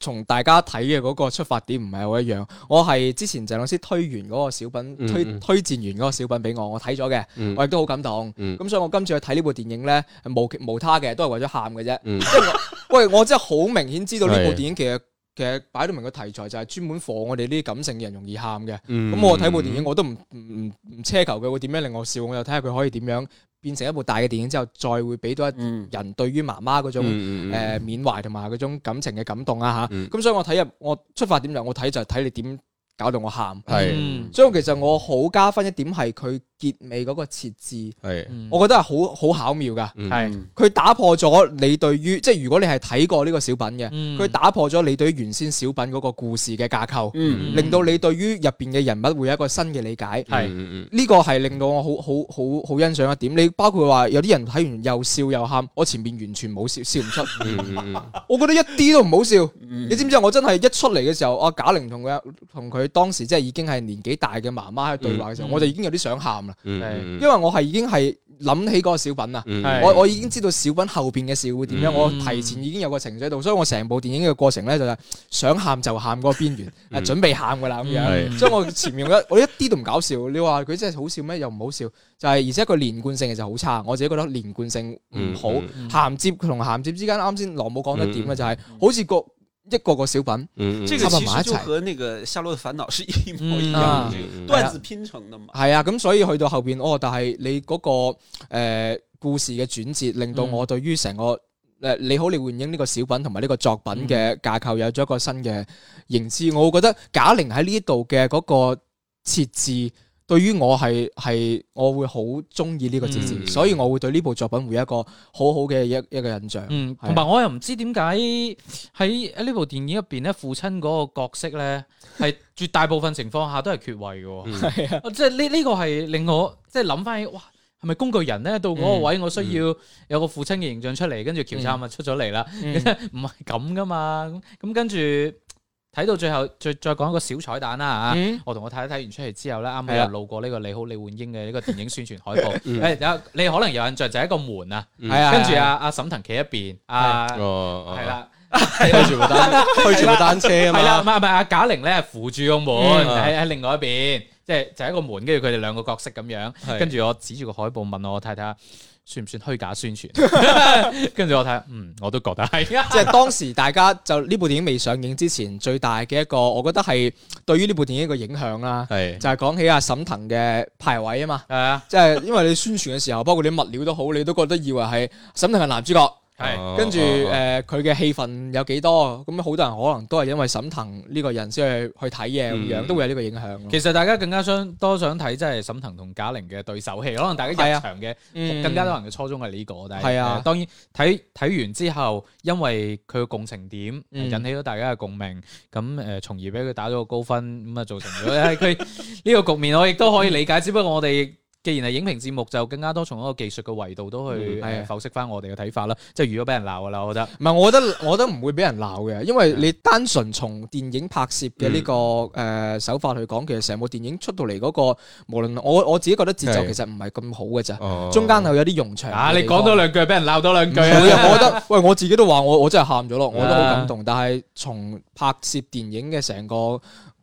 C: 從大家睇嘅嗰個出發點唔係好一樣。我係之前鄭老師推完嗰個小品，
D: 嗯
C: 推
D: 嗯
C: 推薦完嗰個小品俾我，我睇咗嘅，
D: 嗯
C: 我亦都好感動。咁、
D: 嗯
C: 所以我今次去睇呢部電影咧，無其無他嘅，都係為咗喊嘅啫。
D: 嗯
C: 即係我喂，我真係好明顯知道呢
D: 係
C: 部電影其實其實擺到明個題材就係專門放我哋呢啲感性嘅人容易喊嘅。
D: 咁
C: 咁我睇部電影，我都唔唔唔唔奢求佢會點樣令我笑，我就睇下佢可以點樣變成一部大嘅電影之後，再會俾到一
B: 嗯
C: 人對於媽媽嗰種
D: 嗯嗯嗯
C: 誒緬懷同埋嗰種感情嘅感動啊嚇。
D: 嗯
C: 咁所以我睇入我出發點就係我睇就係睇你點搞到我喊。
D: 係
A: 嗯
C: 所以其實我好加分一點係佢結尾嗰個設置，
D: 係
A: 嗯
C: 我覺得係好好巧妙噶。
D: 嗯
A: 係
C: 佢打破咗你對於即係如果你係睇過呢個小品嘅，
A: 嗯
C: 佢打破咗你對於原先小品嗰個故事嘅架構，
B: 嗯
C: 令到你對於入邊嘅人物會有一個新嘅理解。
A: 係
D: 嗯嗯
C: 呢個係令到我好好好好欣賞一點。你包括話有啲人睇完又笑又喊，我前面完全冇笑笑唔出，
D: 嗯嗯嗯嗯
C: 我覺得一啲都唔好笑。
B: 嗯
C: 你知唔知啊我真係一出嚟嘅時候，阿賈玲同佢同佢當時即係已經係年紀大嘅媽媽喺對話嘅時候，
A: 嗯
C: 我就已經有啲想喊啦，
D: 嗯
A: 係
D: 嗯
C: 因為我係已經係諗起嗰個小品啊。
D: 嗯
A: 係
C: 我我已經知道小品後邊嘅事會點樣，
D: 嗯
C: 我提前已經有個情緒喺度，所以我成部電影嘅過程咧就係想喊就喊嗰個邊緣，
D: 嗯
C: 啊準備喊噶啦咁樣。
D: 係
C: 所以我前面 一我一啲都唔搞笑，你話佢真係好笑咩？又唔好笑，就係、而且佢連貫性其實好差，我自己覺得連貫性唔好，
D: 嗯
A: 嗯
C: 銜接同銜接之間，啱先羅姆講得點
D: 嗯
C: 嘅就係、好似個一個個小品，
D: 嗯嗯
B: 这
C: 差
B: 个
C: 不多
B: 其
C: 埋
B: 实
C: 一
B: 就
C: 齊
B: 和那个《夏洛的烦恼》是 一模一
A: 嗯
B: 样
C: 啊
B: 的，这个
D: 嗯嗯
B: 段子拼成的嘛。
C: 係啊，咁所以去到後邊，哦，但係你嗰、個、呃、故事嘅轉折，令到
A: 嗯
C: 我對於成個誒、呃你好，你換影呢個小品同埋呢個作品
A: 嗯
C: 嘅架構有咗一個新嘅認知。我會覺得賈玲喺呢度嘅嗰個設置。對於我係係，我會好中意呢個設置，
D: 嗯
C: 所以我會對呢部作品會有一個好好嘅一一個印象。
A: 嗯，
C: 係啊
A: 同埋我又唔知點解喺呢部電影入邊咧，父親嗰個角色咧係絕大部分情況下都係缺位嘅喎，
C: 係啊，
A: 啊即係呢呢個係令我即係諗翻起，哇！係咪工具人咧？到嗰
C: 嗯
A: 個位，我需要有個父親嘅形象出嚟，跟住喬杉咪出咗嚟啦。
C: 嗯
A: 唔係咁噶嘛，咁咁跟住睇到最後，再再講一個小彩蛋啦嚇。
C: 嗯
A: 我同我太太睇完出嚟之後咧，啱啱
C: 係啊嗯
A: 又路過呢個你好李焕英嘅呢個電影宣傳海 報。誒，有你可能有印象就係一個門啊，
D: 嗯
C: 係啊，啊
A: 跟住阿阿沈騰企一邊，阿
D: 哦哦，
A: 係啦，
B: 推住部单，推住部单车啊
A: 係啦，
B: 嘛
A: 唔。係唔係阿賈玲咧扶住個門
D: 嗯
A: 喺喺另外一邊，即係就係一個門，跟住佢哋兩個角色咁樣，
D: 係
A: 跟住我指住個海報問我太太。算唔算虛假宣傳？跟住我睇下，嗯，我都覺得係啊。
C: 即係當時大家就呢部電影未上映之前，最大嘅一個，我覺得係對於呢部電影一個影響啦，
D: 係
C: 就係講起阿沈騰嘅排位啊嘛，
A: 係啊，
C: 即係因為你宣傳嘅時候，包括你物料都好，你都覺得以為係沈騰係男主角，
D: 哦
A: 係
C: 跟住誒佢嘅戲份有幾多，咁好多人可能都係因為沈騰呢個人先去去睇嘢咁樣，
D: 嗯
C: 都會有呢個影響咯。
A: 其實大家更加想多想睇，即係沈騰同賈玲嘅對手戲，可能大家入場嘅、
C: 嗯
A: 更加多人嘅初衷係呢、個，但係、
C: 係啊
A: 呃當然睇睇完之後，因為佢嘅共情點、
C: 嗯
A: 引起咗大家嘅共鳴，咁誒、呃、從而俾佢打咗個高分，咁啊造成咗 佢呢個局面，我亦都可以理解。只不過我哋既然係影評節目，就更加多從一個技術嘅維度都去
C: 嗯係
A: 呃
C: 啊
A: 剖析翻我哋嘅睇法啦。即係如果俾人鬧噶啦，我覺得
C: 唔係，我覺得我覺得唔會俾人鬧嘅，因為你單純從電影拍攝嘅呢個誒手法去講，其實成部電影出到嚟嗰個，無論我我自己覺得節奏
D: 係
C: 其實唔係咁好嘅咋，
D: 哦
C: 中間係有啲冗長嘅地方。
A: 啊，你講多兩句，俾人鬧多兩 句
C: 冇
A: 啊。
C: 嘅我覺得喂，我自己都話我我真係喊咗咯，我都好感動。但係從拍攝電影嘅成個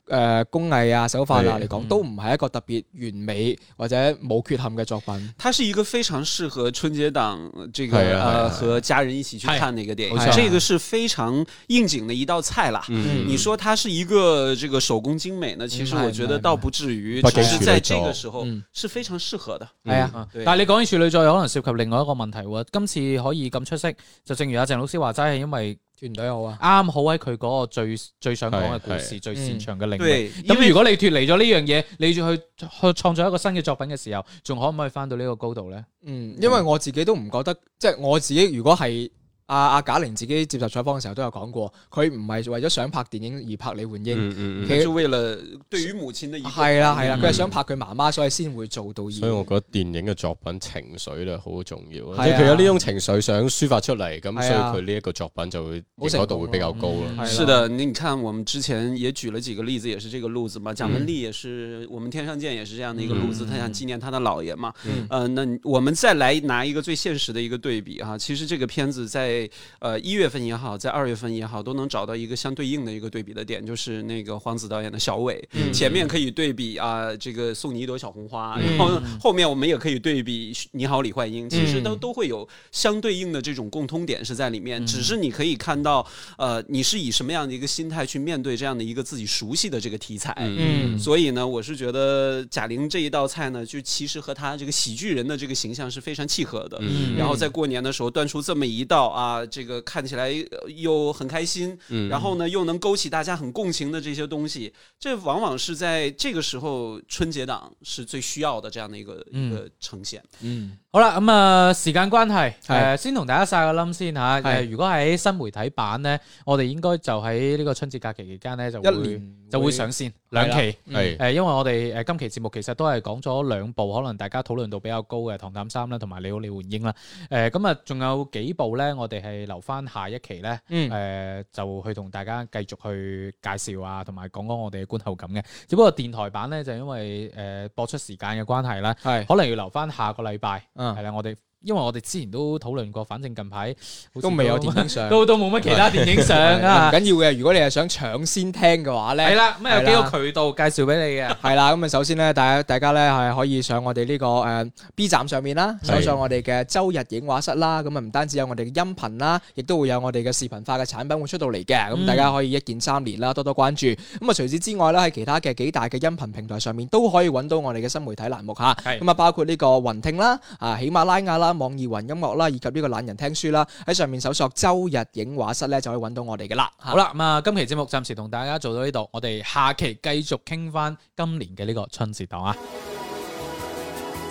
C: 誒工藝啊手法啊
D: 係
C: 嚟講，都唔係一個特別完美或者冇缺陷嘅作品。
B: 它是一个非常适合春节档呃这个
D: 哎呀哎呀
B: 呃和家人一起去看的一个电影
C: 哎呀，
B: 这个是非常应景的一道菜啦。
D: 啊嗯
B: 你说它是一个这个手工精美呢，其实
C: 哎
B: 我觉
C: 哎
B: 得倒不至于，
D: 哎
B: 只是在这
D: 不
B: 个
D: 给
B: 时候
C: 嗯
B: 是非常适合的。
C: 係啊。
A: 啊
B: 對
A: 但係你講起處女座，有可能涉及另外一個問題喎。今次可以咁出色，就正如阿鄭老師話齋，係因為
C: 團隊好啊，
A: 啱好喺佢嗰個最最想講嘅故
D: 係
A: 事、最擅長
D: 哎
A: 嘅領域。
B: 对，
C: 嗯
B: 因
A: 咁
B: 为
A: 如果你脱離咗呢樣嘢，你要去去創造一個新嘅作品嘅時候，仲可唔可以翻到呢個高度咧？
C: 嗯，因為我自己都唔覺得，即係我自己如果係啊阿阿賈玲自己接受採訪嘅時候都有講過，佢唔係為咗想拍電影而拍李焕英，
D: 嗯嗯嗯，
C: 其實
B: 就为了对于母亲的一个
C: 係啦係啦，
D: 嗯
C: 佢係想拍佢媽媽，所以先會做到
D: 所以我
C: 演。
D: 覺得電影嘅作品情緒咧好重要
C: 係啊
D: 啊，即係佢有呢種情緒想抒發出嚟，咁
C: 係
D: 所以
C: 啊
D: 佢呢一個作品就會
C: 好成
D: 認可
C: 功啊
D: 度
C: 咯
D: 會比較高咯。
A: 嗯
B: 是的，你你看，我们之前也举了几个例子，也是这个路子嘛。蒋雯丽也是，我们天上见也是这样的一个路子，她想纪念她的姥爷嘛。
C: 嗯
B: 呃，那你我们再来拿一个最现实的一个对比哈，其实这个片子在呃一月份也好，在二月份也好，都能找到一个相对应的一个对比的点，就是那个黄子导演的小伟，前面可以对比啊、这个送你一朵小红花，然后后面我们也可以对比你好李焕英，其实都都会有相对应的这种共通点是在里面，只是你可以看到呃你是以什么样的一个心态去面对这样的一个自己熟悉的这个题材，
C: 嗯
B: 所以呢，我是觉得贾玲这一道菜呢，就其实和她这个喜剧人的这个形象是非常契合的。
D: 嗯
B: 然后在过年的时候端出这么一道啊，啊，这个看起来呃又很开心，
D: 嗯
B: 然后呢又能勾起大家很共情的这些东西，这往往是在这个时候春节档是最需要的这样的一个、
A: 嗯
B: 一个呈现。
C: 嗯，
A: 好啦，咁啊，時間關係，
C: 係
A: 誒先同大家晒個冧先嚇。
C: 係
A: 誒，如果喺新媒體版咧，我哋應該就喺呢個春節假期期間啊咧，就
C: 一
A: 會
C: 年
A: 就會上線兩
C: 係啦
A: 期。嗯
D: 系
A: 誒，因為我哋誒今期節目其實都係講咗兩部，可能大家討論度比較高嘅《唐探三》啦，同埋《你好，李煥英》啦。誒，咁啊，仲有幾部咧，我哋係留翻下一期咧，
C: 嗯
A: 誒呃就去同大家繼續去介紹啊，同埋講講我哋嘅觀後感嘅。只不過電台版咧，就因為誒播出時間嘅關係啦，
C: 係
A: 可能要留翻下個禮拜。
C: 嗯
A: 係啦，我哋因為我哋之前都討論過，反正近排好似
C: 都未有電影上，
A: 都都冇乜其他電影上
C: 唔
A: 啊。
C: 緊要嘅。如果你係想搶先聽嘅話咧，
A: 係啦，咁
C: 係
A: 有
C: 啦
A: 幾個渠道介紹俾你嘅。
C: 系啦，咁啊，首先咧，大家大家咧係可以上我哋呢個诶 B 站上面啦，
D: 係
C: 搜上我哋嘅周日影畫室啦。咁啊，唔單止有我哋嘅音頻啦，亦都會有我哋嘅視頻化嘅產品會出到嚟嘅。
A: 嗯
C: 咁大家可以一鍵三連啦，多多關注。咁啊，除此之外咧，喺其他嘅幾大嘅音頻平台上面都可以揾到我哋嘅新媒體欄目吓。
A: 係
C: 咁啊，包括呢個雲聽啦、啊喜馬拉雅啦、網易雲音樂啦，以及呢個懶人聽書啦，喺上面搜索周日影畫室咧就可以揾到我哋嘅啦。
A: 好啦，咁啊，今期節目暫時同大家做到呢度，我哋下期繼續傾翻今年嘅呢個春節檔啊！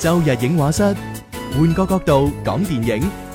G: 周日影画室，换个角度讲电影。